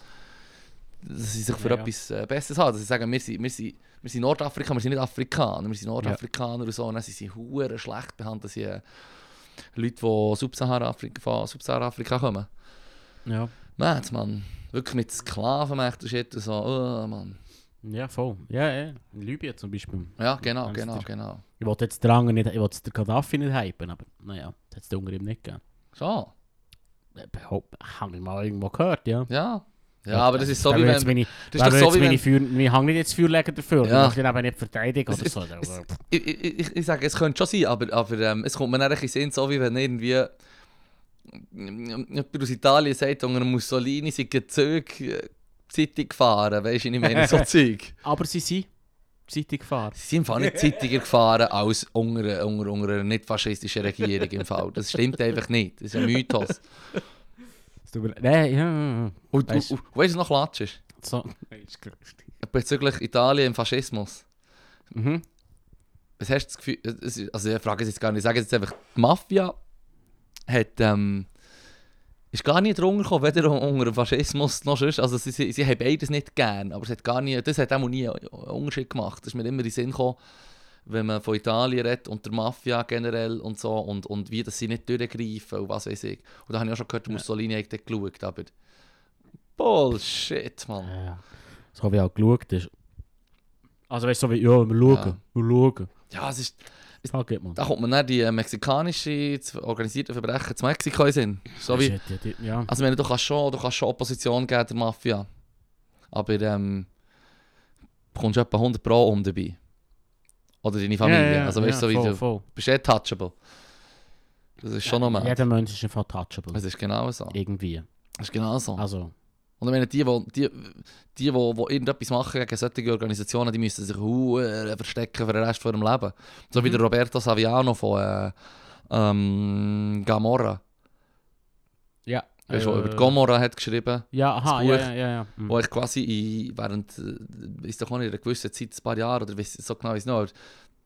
dass sie sich für
Ja, ja.
etwas äh, Besseres haben. Dass sie sagen, wir sind, wir, sind, wir sind Nordafrikaner, wir sind nicht Afrikaner, wir sind Nordafrikaner und so. Und dann sind sie hure schlecht behandelt. Sie äh, Leute, die Subsahara-Afrika, von Subsahara-Afrika kommen.
Ja.
Mad, Mann. Wirklich mit Sklavenmächten und shit und so. Oh, Mann.
Ja, voll. Ja, ja. In Libyen zum Beispiel.
Ja, genau,
Also
genau,
der-
genau.
Ich wollte jetzt den anderen nicht, ich wollte jetzt den Gaddafi nicht hypen, aber naja, das hat es unter ihm nicht gegeben. Äh,
So,
Habe ich mal irgendwo gehört, ja.
ja. Ja, aber das ist so wie
wenn...
wenn...
Jetzt meine,
Das ist doch so wie wenn...
meine Feuer, wir hängen nicht jetzt Feuer legen dafür,
Ja.
ja. ich eben nicht verteidigen
Es
oder
ist-
so.
es- Ich, ich, ich- ich sage, es könnte schon sein, aber, aber ähm, es kommt mir dann ein bisschen in den Sinn, so wie wenn irgendwie ähm, jemand aus Italien sagt, unter Mussolini sei die Züge äh, Zeitung gefahren, weißt du, ich meine, so Zeug.
Aber sie sind Zeitung gefahren.
Sie sind im Fall nicht zeitiger gefahren als unter, unter, unter einer nicht-faschistischen Regierung im Fall. Das stimmt einfach nicht, das ist ein Mythos.
Nein, ja, ja, ja.
Und, und,
Weißt-
und weißt du, was noch klatsch ist?
So. Ist lustig.
Bezüglich Italien im Faschismus.
Mhm.
Was hast du das Gefühl, es ist- also ich frage es jetzt gar nicht, ich sage jetzt einfach, die Mafia hat, ähm, ist gar nicht drunter gekommen, weder unter dem Faschismus noch sonst, also sie, sie, sie haben beides nicht gern, aber es hat gar nie, das hat auch nie einen Unterschied gemacht, das ist mir immer in den Sinn gekommen, wenn man von Italien redet und der Mafia generell und so und, und wie das sie nicht durchgreifen und was weiß ich. Und da habe ich auch schon gehört, Mussolini hat dort geschaut, aber Bullshit, Mann.
Ja, ja. So wie auch geschaut ist. Also weißt du, so wie, ja, wir schauen, wir schauen.
Ja, es ist...
Fuck it, man.
Da kommt man dann die äh, mexikanische das organisierte Verbrechen zu Mexiko in den Sinn. So wie,
Shit, ja, die- ja.
also ich meine, du kannst schon, du kannst schon Opposition geben der Mafia. Aber ähm, bekommst du etwa 100 Pro um dabei. Oder deine Familie.
Ja, ja,
also weißt du,
ja,
so wie
voll,
du
voll.
bist eh touchable. Das ist schon normal.
Jeder Mensch ist einfach touchable.
Das ist genau so.
Irgendwie.
Das ist genau so.
Also,
Und ich meine, die, wo- die, die, wo, wo irgendetwas machen gegen solche Organisationen, die müssen sich huere verstecken für den Rest ihres Lebens. So wie
Mhm.
der Roberto Saviano von äh, ähm, Gamora.
ja.
Weißt du, der
Äh,
über die Gomorra hat geschrieben,
Ja, aha,
das Buch.
ja, ja, ja. ja. Mhm.
wo ich quasi in, während, äh, ist doch auch nicht, in einer gewissen Zeit, ein paar Jahre oder weiss, so genau weiss ich nicht, aber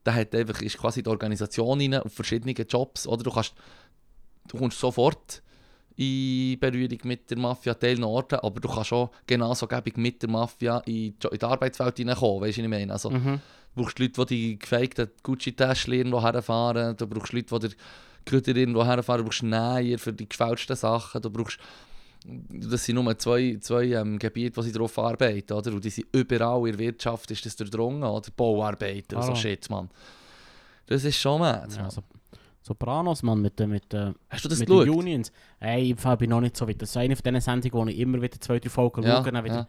der hat einfach, ist quasi in die Organisation rein, auf verschiedene Jobs, oder du kannst, du kommst sofort in Berührung mit der Mafia, Teil noch Orten, aber du kannst auch genauso gäbig mit der Mafia in die, Jo- in die Arbeitswelt reinkommen, weißt du, was ich meine? Also,
Mhm.
Du brauchst Leute, die die gefakten Gucci-Taschen irgendwo herfahren. Du brauchst Leute, die dir Güter irgendwo herfahren. Du brauchst Näher für die gefälschten Sachen. Du brauchst... Das sind nur zwei, zwei ähm, Gebiete, wo sie drauf arbeiten, oder? Und die sind überall in der Wirtschaft ist das durchdrungen, oder? Bauarbeiter und so
Hallo.
Shit, Mann. Das ist schon mad,
Ja,
Mann.
so, Sopranos, Mann, mit, den- mit, den-
Hast du das
mit
geschaut?
den Unions. Ey, im Fall bin ich noch nicht so weit. Das ist eine von diesen Sendungen, wo ich immer wieder zwei, drei Folgen
Ja,
schaue, dann wieder,
ja.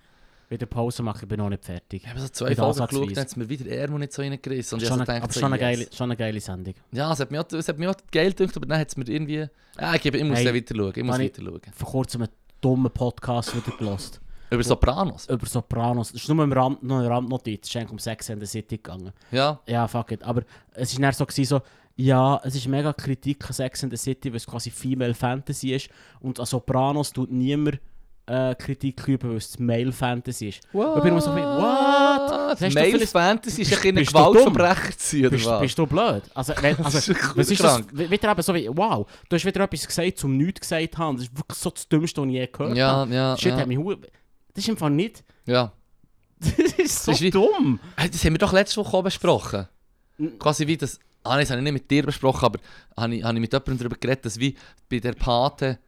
wieder Pause mache, ich bin noch nicht fertig.
Ich habe so zwei
Mit
Folgen
Ansatzweise.
geschaut, dann hat es mir wieder Ärmel nicht so reingerissen. Und ich
schon
habe so
eine,
gedacht,
aber
so,
schon, eine
yes.
geile, schon eine geile Sendung.
Ja, es hat mir auch, es hat mir auch geil gedacht, aber dann hat es mir irgendwie... Ah, ich, gebe- ich muss
Hey,
ja weiter schauen, ich muss
Dani-
weiter schauen.
Vor kurzem einen dummen Podcast wieder gelost.
Über Sopranos?
über Sopranos. Das ist nur im Rand, nur eine Randnotiz. Es ist eigentlich um 6 in der City gegangen.
Ja.
Ja, fuck it. Aber es war dann so, gewesen, so, ja, es ist mega Kritik an Sex and the City, weil es quasi Female Fantasy ist. Und an Sopranos tut niemand äh, Kritik üben, weil es Male Fantasy ist.
What?
bin immer so ein bisschen, what? Das hast du
Ah, Male
vielleicht-
Fantasy ist
Bist-
ein
bist du
Gewaltverbrecher zu sein, oder
Bist,
was?
bist du blöd? Also, wenn, also
Das ist
was ist das?
krank.
Wie- Wieder eben so wie, wow, du hast wieder etwas gesagt, zum nichts gesagt haben. Das ist wirklich so das Dümmste, was ich je gehört
ja,
habe.
ja,
Ah, Shit,
ja.
hat mich hu- Das ist einfach nicht.
ja.
Das ist so
Das ist wie-
dumm.
Hey, Ah, Das haben wir doch letzte Woche auch besprochen.
Mhm.
Quasi wie das... Ah nein, das habe ich nicht mit dir besprochen, aber habe ich, habe ich mit jemandem darüber geredet, dass wie bei der Pate...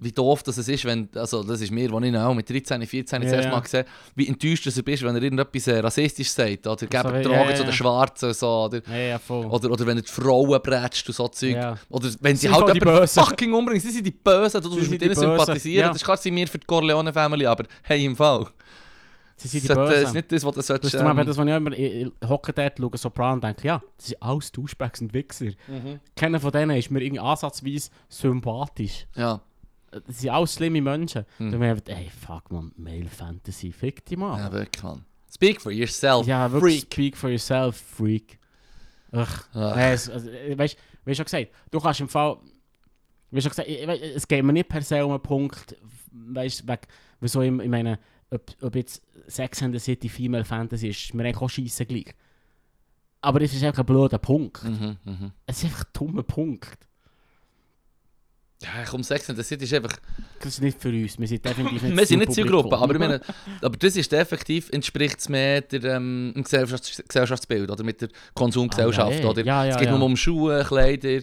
Wie doof das ist, wenn... Also das ist mir, als ich ihn auch mit 13, 14 das
Ja,
erste
ja.
Mal gesehen Wie enttäuscht dass du bist, wenn er irgendetwas äh, rassistisch sagt. Oder geben
Also, ja,
Drogen
ja,
zu
ja.
den Schwarzen so, oder...
Ja, ja, voll.
Oder, oder wenn er die Frauen brätst und so Zeug.
Ja.
Oder wenn sie
sind
halt
voll die
jemanden
Bösen.
fucking umbringen. Sie sind die Bösen, du musst
sind
mit
die
ihnen
Bösen,
sympathisieren.
ja.
Das ist klar, sie sind wir für die Corleone-Family, aber hey, im Fall.
Sie sind die
Sollte-
Bösen.
ist nicht das, was du
Das
solltest...
ist darum
ähm,
eben das, was ich immer ich- ich hocke dort, schaue Sopran und denke, ja, das sind alles Duschbags und Wichser.
Mhm.
Keiner von denen ist mir irgendwie ansatzweise sympathisch.
Ja,
Das sind alles schlimme Menschen.
Hm.
Dann habe ich gedacht, ey, fuck man, Male Fantasy, fick dich
ja,
mal.
wirklich, Mann. Speak for yourself,
Ja, wirklich,
Freak.
speak for yourself, Freak. Ach,
Ach.
Nein, es- also, äh, weißt du, wie schon gesagt, du kannst im Fall, wie schon gesagt, ich- ich weiss, es geht mir nicht per se um einen Punkt, weißt du, wieso ich, ich meine, ob, ob jetzt Sex and the City Female Fantasy ist, ist mir eigentlich auch scheiße gleich. Aber es ist einfach ein blöder Punkt.
Mhm, mhm.
Es ist einfach ein dummer Punkt.
Ja, komm, Sex and the City ist einfach...
Das ist nicht für uns, wir sind definitiv nicht
Wir sind nicht
Zielpublikum.
Zielgruppe, aber ich meine, aber das ist effektiv, entspricht es mehr der, ähm, dem Gesellschafts Gesellschaftsbild oder mit der Konsumgesellschaft,
Ah, ja, eh.
oder?
Ja, ja,
es geht
ja.
nur um Schuhe, Kleider,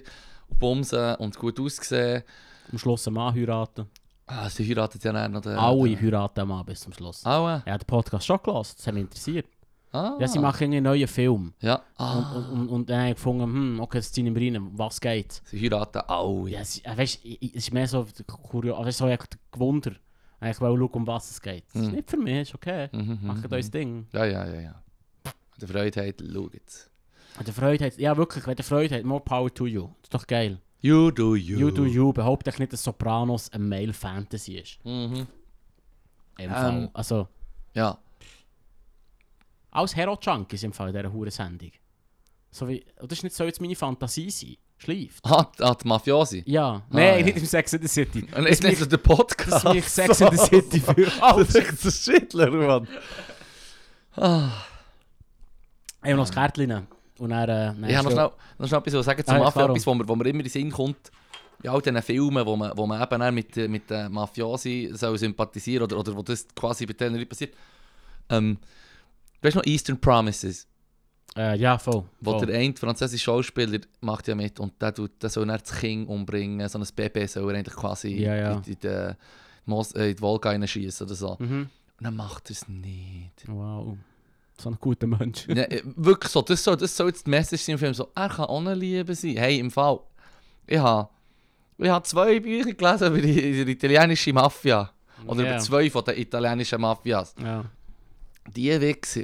und Bumsen und gut aussehen.
Am Schluss einen Mann heiraten.
Ah, sie heiratet ja dann noch den...
Alle heiraten einen Mann bis zum Schluss.
Alle?
Er hat den Podcast schon gelassen, das hat mich interessiert.
Ah.
Ja, sie machen einen neuen Film.
Ja.
Und,
Ah.
und, und, und dann habe ich gefunden, hm, okay, jetzt ziehen wir rein, was geht?
Sie heiraten alle.
Ja, es, äh, weißt, ich, ich- es ist mehr so kurios, also ah, so ein Gewunder. Ich will schauen, um was es geht. Das ist
Mhm.
nicht für mich, ist okay.
Mhm, mhm,
Macht
mhm.
euer Ding.
Ja, ja, ja, ja. Wenn ihr Freude habt, schaut.
Wenn ihr Freude habt, ja wirklich, wenn ihr Freude habt, more power to you. Das ist doch geil.
You do you.
You do you, behauptet euch nicht, dass Sopranos ein Male Fantasy ist.
Mhm.
Im
Ähm.
Fall. Also,
Ja.
alles Hero-Junkies im Fall in dieser Huren-Sendung. So wie, und das ist nicht so jetzt meine Fantasie sein. Schleift.
Ah, ah, die Mafiosi.
Ja. Nein,
Ah, ja.
nicht im Sex in the City.
Und jetzt nicht so der
Das
Podcast.
ist mich Sex in the City für alles.
Das ist ein Schittler, Mann. Ah,
Ich habe noch das Kärtchen. Und dann, äh, dann
Ich
ist
habe
schon-
noch schnell, noch schnell etwas zu sagen zum
Ah, ja,
Mafia,
darum.
etwas, wo mir, wo mir immer in den Sinn kommt. In all diesen Filmen, wo man, wo man eben dann mit, äh, mit den Mafiosi soll sympathisieren oder, oder wo das quasi bei denen nicht passiert. Ähm, weißt du noch Eastern Promises,
Äh, ja, voll.
wo
voll.
der eine französische Schauspieler macht ja mit und der, tut, der soll dann das Kind umbringen, so ein Baby soll er eigentlich quasi
Ja, ja.
in, in, den Mos äh, in die Wolga reinschießen oder so. Und
Mhm.
dann macht er es nicht.
Wow. So ein guter Mensch.
Ja, äh, wirklich so, das soll, das soll jetzt die Message sein im Film. So, er kann ohne Liebe sein. Hey, im Fall, ich habe, ich habe zwei Bücher gelesen über die, die italienische Mafia. Oder
Ja.
über zwei von den italienischen Mafias.
Ja.
Die Wichser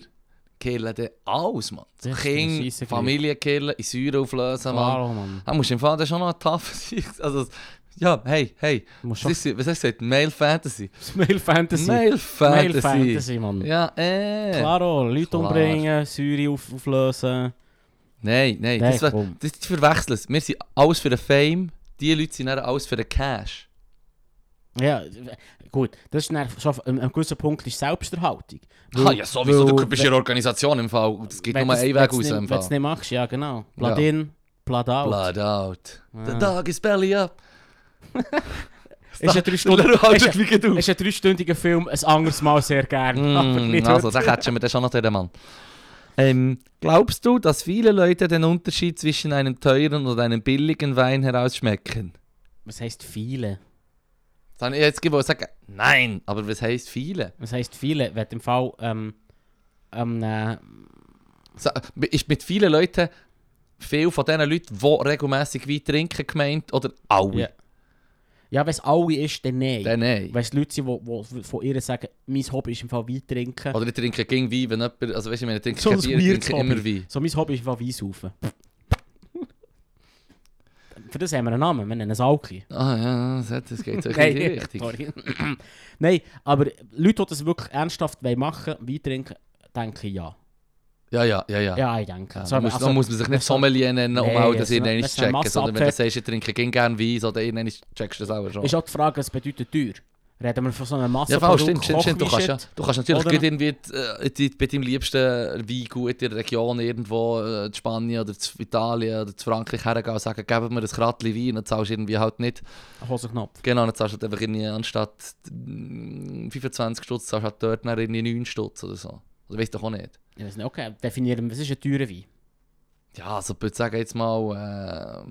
killen dann alles, Mann.
Das ist eine
Kinder,
Scheisse
Familie killen, in Säure auflösen, Mann.
Wow, Mann.
Da musst du im Fall dann schon noch tough sein. Also, ja, hey, hey.
Du musst
Was ist was hast du gesagt? Male Fantasy.
schon- Male Fantasy.
Male
Male
Fantasy.
Fantasy, Mann.
Ja, äh.
Klaro, Leute
Klar.
umbringen, Säure auf auflösen.
Nein,
Nein,
nein, das, war,
komm.
das die verwechseln es. Wir sind alles für den Fame, die Leute sind dann alles für den Cash.
Ja, äh, gut. Das ist dann schon, an einem gewissen Punkt ist Selbsterhaltung.
Ah, ja, sowieso,
weil-
du bist ja eine Organisation im Fall. und Es gibt
wenn
nur
du's-
einen
wenn's
Weg aus
nicht-
im
Wenn du es
Fall.
nicht machst, ja genau.
Ja.
Blood in, blood out.
Blood out. The
Ah.
dog is belly up.
Ist ja drei Stunden...
Oder
ist
haltet
ja-
wie du.
Ist ein dreistündiger Film, ein anderes Mal sehr gern. aber
Mm,
nicht
also,
heute.
dann hättest wir den schon noch den Mann. Ähm, glaubst du, dass viele Leute den Unterschied zwischen einem teuren und einem billigen Wein herausschmecken?
Was heisst viele?
Das habe ich jetzt gewollt sagen, nein, aber was heisst viele?
Was heisst viele? Wenn du im Fall ähm, ähm, äh,
Sa- Ist mit vielen Leuten, viel von diesen Leuten, die regelmässig Wein trinken, gemeint? Oder alle?
Ja. Ja, wenn es alle ist, dann nein.
Dann nein.
Wenn es Leute sind, die von ihr sagen, mein Hobby ist im Fall Wein trinken.
Oder ich trinke gegen Wein, wenn jemand, also weißt du, wenn ich trinke
So
kein
ein
Bier, ich
weirdes
trinke
Hobby.
immer Wein.
So, mein Hobby ist im Fall Wein saufen. Für das haben wir einen Namen, wir nennen es Alki.
Ah ja, das hat- das geht so in die Richtung.
sorry. Nein, aber Leute, die das wirklich ernsthaft wollen machen Wein trinken, denke ich ja.
Ja, ja, ja, ja.
Ja, ich denke.
Ja,
So,
man muss,
also-
da muss man sich nicht
also-
Sommelier nennen, um
Nee,
auch das
so-
in
das
eins
ist
zu
eine
checken. Sondern wenn du
Massenabfahrt.
sagst, ich trinke gegen gerne Wein, oder in eins checkst du das auch schon.
Ist auch die Frage, was bedeutet teuer? Reden wir von so einem
Ja,
Massenprodukt,
voll, stimmt, stimmt, stimmt. Du kannst, ja,
Kochwein-Shit?
du kannst natürlich
Also, Oder-
gut irgendwie äh, die, bei deinem liebsten Weingut in der Region irgendwo äh, in Spanien oder in Italien oder in Frankreich hergehen und sagen, geben mir ein Kratli Wein, dann zahlst du irgendwie halt nicht.
Hosenknopf.
Genau, dann zahlst du halt einfach irgendwie anstatt mm, 25 Stutz, zahlst du halt dort dann irgendwie 9 Stutz oder so. Oder weißt du auch nicht.
Ich weiß nicht, okay, definieren wir, was ist ein teurer Wein?
Ja, also ich würde sagen jetzt mal äh,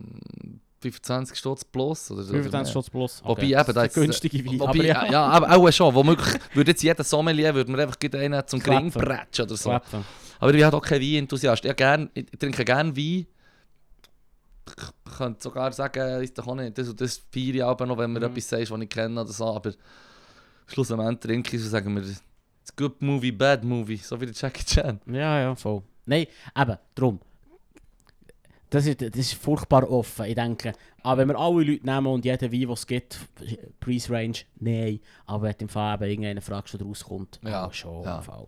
25 Stutz plus. Oder, oder
25
mehr.
Stutz plus.
Wobei
Okay,
eben,
das ist
da
der
jetzt-
günstige Wein.
Wobei,
aber ja,
ja, aber auch schon. Womöglich würde jetzt jeder Sommelier würde mir einfach gleich einen zum Kring
Klappen.
bretschen oder so.
Klappen.
Aber ich bin halt auch kein Wein-Enthusiast. Ich, hab gern, ich trinke gerne Wein. Ich könnte sogar sagen, ist doch auch nicht das und das feiere ich aber noch, wenn mir
Mhm.
etwas sagst, was ich kenne oder so. Aber schlussendlich trinke ich es und sage mir, das Good Movie, Bad Movie, so wie der Jackie Chan.
Ja, ja, voll. Nein, eben, drum. Das ist, das ist furchtbar offen, ich denke. Aber wenn wir Ah, alle Leute nehmen und jeden Wein, den es gibt, Price Range, Ah, nein. Aber wenn du im Fall eben irgendeine Frage schon rauskommt,
Ja,
oh, Ah, schon.
ja.
Im Fall.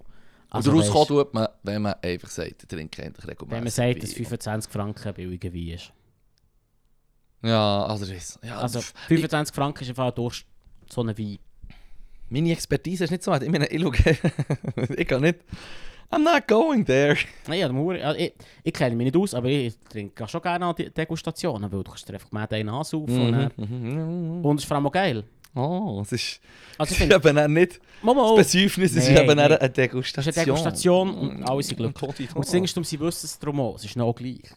Also und rauskommt tut man, wenn man einfach sagt, trinkt endlich regelmäßig.
Wenn man sagt, dass 25 Franken billiger Wein ist.
Ja, also das ist... Ja,
Also
Ah, pff, ich,
25 Franken ist im Fall durch so einen Wein.
meine Expertise ist nicht so weit. Ich meine, ich schaue... ich kann nicht... I'm not going there.
Naja, der Mauer, also ich, ich kenne mich nicht aus, aber ich trinke schon gerne an die Degustationen, weil du kannst dir einfach gemäht einen ansaufen. und dann-
Mhm.
Und es ist vor allem auch geil.
Oh, es ist...
Also ich
es ist
finde,
eben auch nicht...
Mama, oh,
Das
das
Besäufnis ist
Nee,
eben
nee.
auch eine
ist eine
Degustation.
Degustation
Oh.
Mm,
Mhm.
und alle sind glücklich.
glücklich.
Und das Ding ist, darum, sie wissen es drum auch, es ist noch gleich.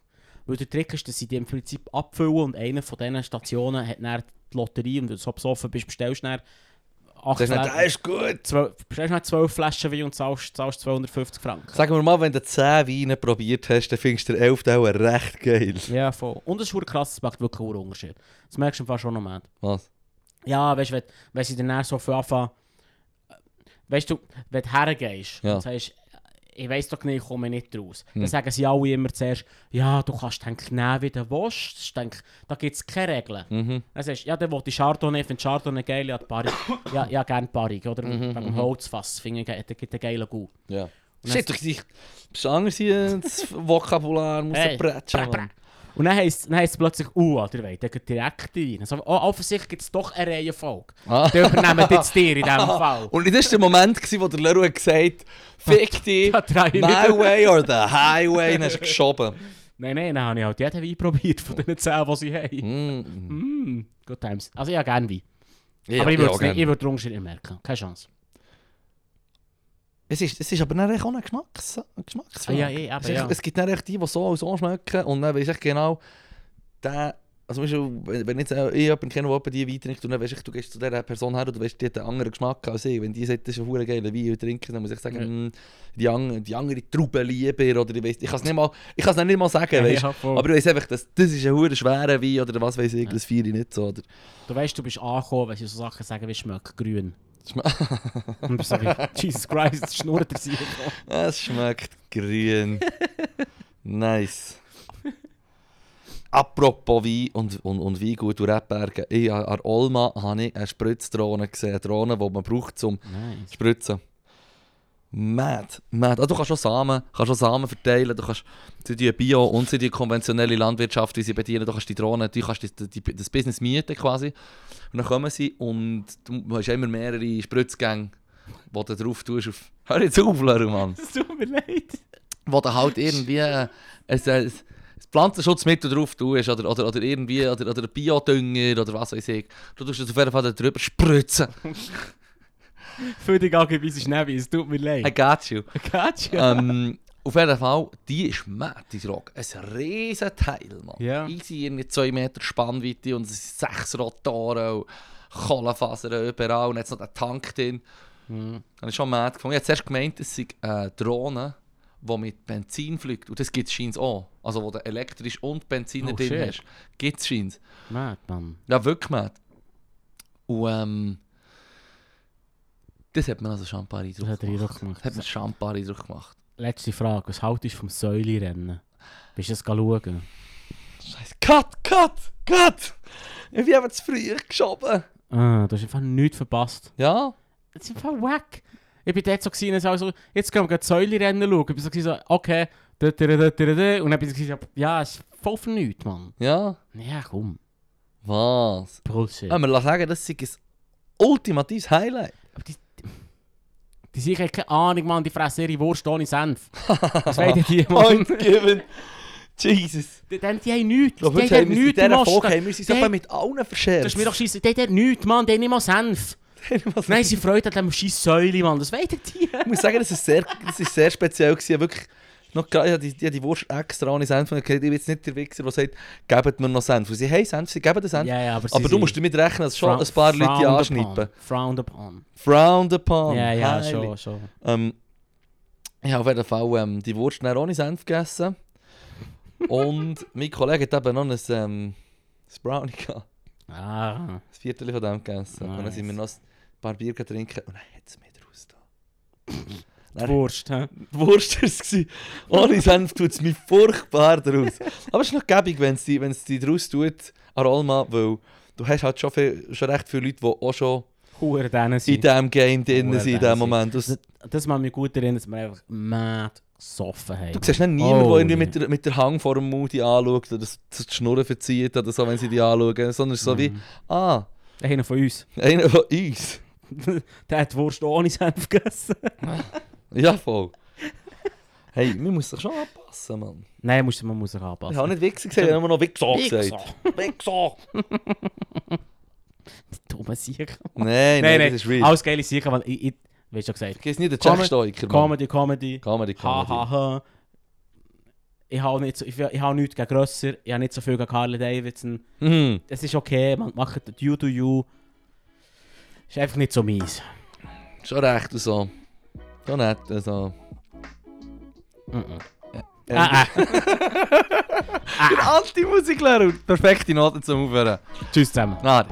Weil der Trick ist, dass sie die im Prinzip abfüllen und einer von diesen Stationen hat dann die Lotterie und wenn du so besoffen bist, bestellst du dann acht
Das ist, nicht,
Flaschen-
ah, ist gut.
zwölf- bestellst dann 12 Flaschen Wein und zahlst, zahlst 250 Franken.
Sagen wir mal, wenn du 10 Weine probiert hast, dann findest du den 11. auch recht geil.
Ja, voll. Und es ist verdammt krass, es macht wirklich einen Unterschied. Das merkst du im Fall schon noch mehr.
Was?
Ja, weißt du, wenn, wenn sie danach so viel anfangen. eh, Weißt du, wenn du hergehst
Ja.
und sagst, ich weiß doch nicht, ich komme nicht raus. Dann
Hm.
sagen sie alle immer zuerst, ja, du kannst den nehmen, wie du willst. Ich denke, da gibt es keine Regeln.
Mhm.
Dann sagst du, ja, dann will ich Chardonnay, ich finde Chardonnay geil, ja, die Parig. ja, ja, gerne Parig, oder? Mhm, Beim Holzfass, finde ich, der gibt einen geilen Gut.
Ja.
dann-
Shit, doch dich. Bist du anders hier das Vokabular, muss
Hey,
hey. bretschen.
brä,
Mann.
Und dann heisst, dann heisst es plötzlich, uh, oder wei, der geht direkt rein. Also, oh, offensichtlich gibt es doch eine Reihenfolge.
Ah.
Die übernehmen jetzt dir in diesem Fall.
Und das war der Moment, gewesen, wo der Leroy gesagt hat, fick dich,
Da trau ich mich
my
nicht.
way or the highway, und dann hast du geschoben.
Nein, nein, dann habe ich halt jeden Wein probiert von den 10, die sie haben.
Mm.
Mm, good times. Also ja, gerne Wein.
Ja,
aber ich
ja,
würde
gerne.
ja, würd den Unterschied nicht merken. Keine Chance.
Es ist, es ist aber dann echt auch ein Geschmacks Geschmacksfrage.
Ah, ja, ja, aber
es, ist echt-
ja.
es gibt dann echt die, die so und so schmecken und dann weiss ich genau, der, also weißt du, wenn wenn jetzt äh, ich jemanden kenne, der jemanden die Wein trinkt und dann weiss ich, du gehst zu dieser Person her und du weißt, die hat einen anderen Geschmack als ich. Wenn die sagt, das ist ein verdammt geiler Wein und trinken, dann muss ich sagen,
Ja.
«Mm, die, ang die andere Traube lieber oder ich weiss, ich kann es nicht mal, ich kann es dann nicht mal sagen, weißt
Ja, oh. voll.
Aber ich weiss einfach, dass, das ist ein verdammt schwerer Wein oder was dus weiss ich, das feiere ich nicht so. Oder,
Du weißt, du bist angekommen, wenn sie so Sachen sagen, wie schmeckt grün. Und ich so wie, Jesus Christ, das schnurrt er sich.
Es schmeckt grün. nice. Apropos Wein und, und, und Wein gut und Rebberge. Ich, an an Olma habe ich eine Spritzdrohne gesehen. Eine Drohne, die man braucht zum
Nice.
Spritzen. Mad, mad. Ah, du kannst schon Samen, kannst schon Samen verteilen. Du kannst sie die Bio und sie die konventionelle Landwirtschaft, die sie bedienen. Du kannst die Drohnen, du kannst die, die, das Business mieten quasi. Und dann kommen sie und du hast immer mehrere Spritzgänge, die du drauf tust. Auf. Hör jetzt auf, Leru, Mann
Es tut mir leid.
wo du halt irgendwie äh, ein, ein, ein Pflanzenschutzmittel drauf tust oder, oder, oder irgendwie oder, oder ein Biodünger oder was weiß ich. Du tust es auf jeden Fall drüber spritzen.
Für dich angebe ich Schnee, es tut mir
I
leid.
got you.
Gotcha.
ähm, auf jeden Fall, die ist mad, die Rock. Ein riesen Teil, Mann.
Ja.
Easy, irgendwie 2 Meter Spannweite und es sind sechs Rotoren und Kohlenfasern überall und jetzt noch der Tank drin.
Mhm.
Habe ich schon mad gefunden. Ich habe zuerst gemeint, es sei eine Drohne, die mit Benzin fliegt. Und das gibt es scheinbar auch. Also wo du elektrisch und Benzin
Oh,
drin
shit.
hast. Gibt es scheinbar.
Mad, Mann.
Ja, wirklich mad. Und ähm... Das hat man also schon ein paar
Das
Eindruck
hat er dir
gemacht.
doch gemacht.
Das hat man schon ein paar Eindruck gemacht.
Letzte Frage, was haltest du vom Säulerennen? Bist du das schauen?
Scheiße. Cut, cut, cut! Ich bin eben zu früh geschoben.
Ah, du hast einfach nichts verpasst.
Ja?
Das ist einfach wack. Ich bin dort so gesehen, also, jetzt gehen wir gleich die Säule rennen schauen. Ich bin so gewesen, so, okay, da, da, da, da, da, da. und dann bin ich so gewesen, so, ja, es ist voll für nichts, Mann.
Ja?
Ja, komm. Ähm,
Was?
Bullshit.
Ja, man lassen sagen, das sei ein ultimatives Highlight.
Aber die, die sicher haben keine Ahnung, Mann, die fressen ihre Wurst ohne Senf. Was wollen die, Mann?
Point given. Jesus.
Die, die, die haben nichts. Die
Doch,
haben
heute
dort
haben wir in
nichts im
dieser Folge
Osten.
haben wir uns
Die-
einfach mit allen verschärft.
Das ist mir doch scheiße. Die haben dort nichts, Mann, die haben nicht mal Senf. Nein, sie freut an diesem scheiß Säule, Mann. Das wollen die.
Ich muss sagen, das ist sehr, das ist sehr speziell. Gewesen. Wirklich, noch gerade, ich habe die, die, die Wurst extra ohne Senf und ich bin jetzt nicht der Wichser, der sagt, gebt mir noch Senf. Und sie hey Senf, sie geben den Senf.
Ja, ja, aber, sie
Aber du
sind
musst damit rechnen, dass schon
frown-
ein paar Leute Oh, die
frowned
anschnippen.
upon. Frowned upon.
Frowned upon.
ja, ja,
Heilig.
schon, schon.
Ähm, ich habe auf jeden Fall ähm, die Wurst dann ohne Senf gegessen. Und mein Kollege hat eben noch ein, ähm, ein Brownie gehabt.
Ah.
Ein Viertel von dem gegessen. Und dann
Nice.
sind wir noch ein paar Bier getrunken und dann hat es mir draus da.
Die Wurst, hä?
Die Wurst war es. gewesen. Ohne Senf tut es mir furchtbar draus. Aber es ist noch gäbig, wenn es die, wenn es die draus tut, an Alma, weil du hast halt schon, viel, schon recht viele Leute, die auch schon
Huren denen
in
sind.
diesem Game drin
Huere
Oh, sind, in
Dänen
diesem Moment. Du, du
Das macht mich gut erinnern, dass wir einfach mad gesoffen haben.
siehst nicht niemanden,
Oh,
der
nee.
irgendwie mit der, mit der Hang vor dem Mund die anschaut oder das, das die Schnurren verzieht oder so, wenn sie die anschauen, sondern es ist so wie,
Mhm.
ah,
Einer von uns.
einer von uns.
Der hat die Wurst ohne Senf gegessen.
Ja, voll. Hey, man muss sich schon anpassen, Mann.
Nein, musst du, man muss sich
Ich
anpassen.
habe nicht Wichser gesagt, ich habe immer noch Wichser
Wichser.
gesagt. Wichser!
Dumme Sieger.
Nein, nein,
Nein,
das
nein,
ist real.
alles geile Sieger, weil ich, ich wie hast du schon gesagt,
Vergiss nicht den
Comedy-
Jack-Stoiker, Mann.
Comedy, Comedy,
Comedy,
ha,
Comedy.
ha, ha. Ich habe nicht so, ich, ich habe nichts gegen Grösser, ich habe nicht so viel gegen Harley Davidson.
Mhm.
Es ist okay, man macht You do You. Ist einfach nicht so meins.
Schon recht und so. Schon nett und so.
Mhm.
Ähm,
Ah, ah.
Der Anti-Musiklehrer. Perfekte Note zum Aufhören.
Tschüss zusammen.
Na,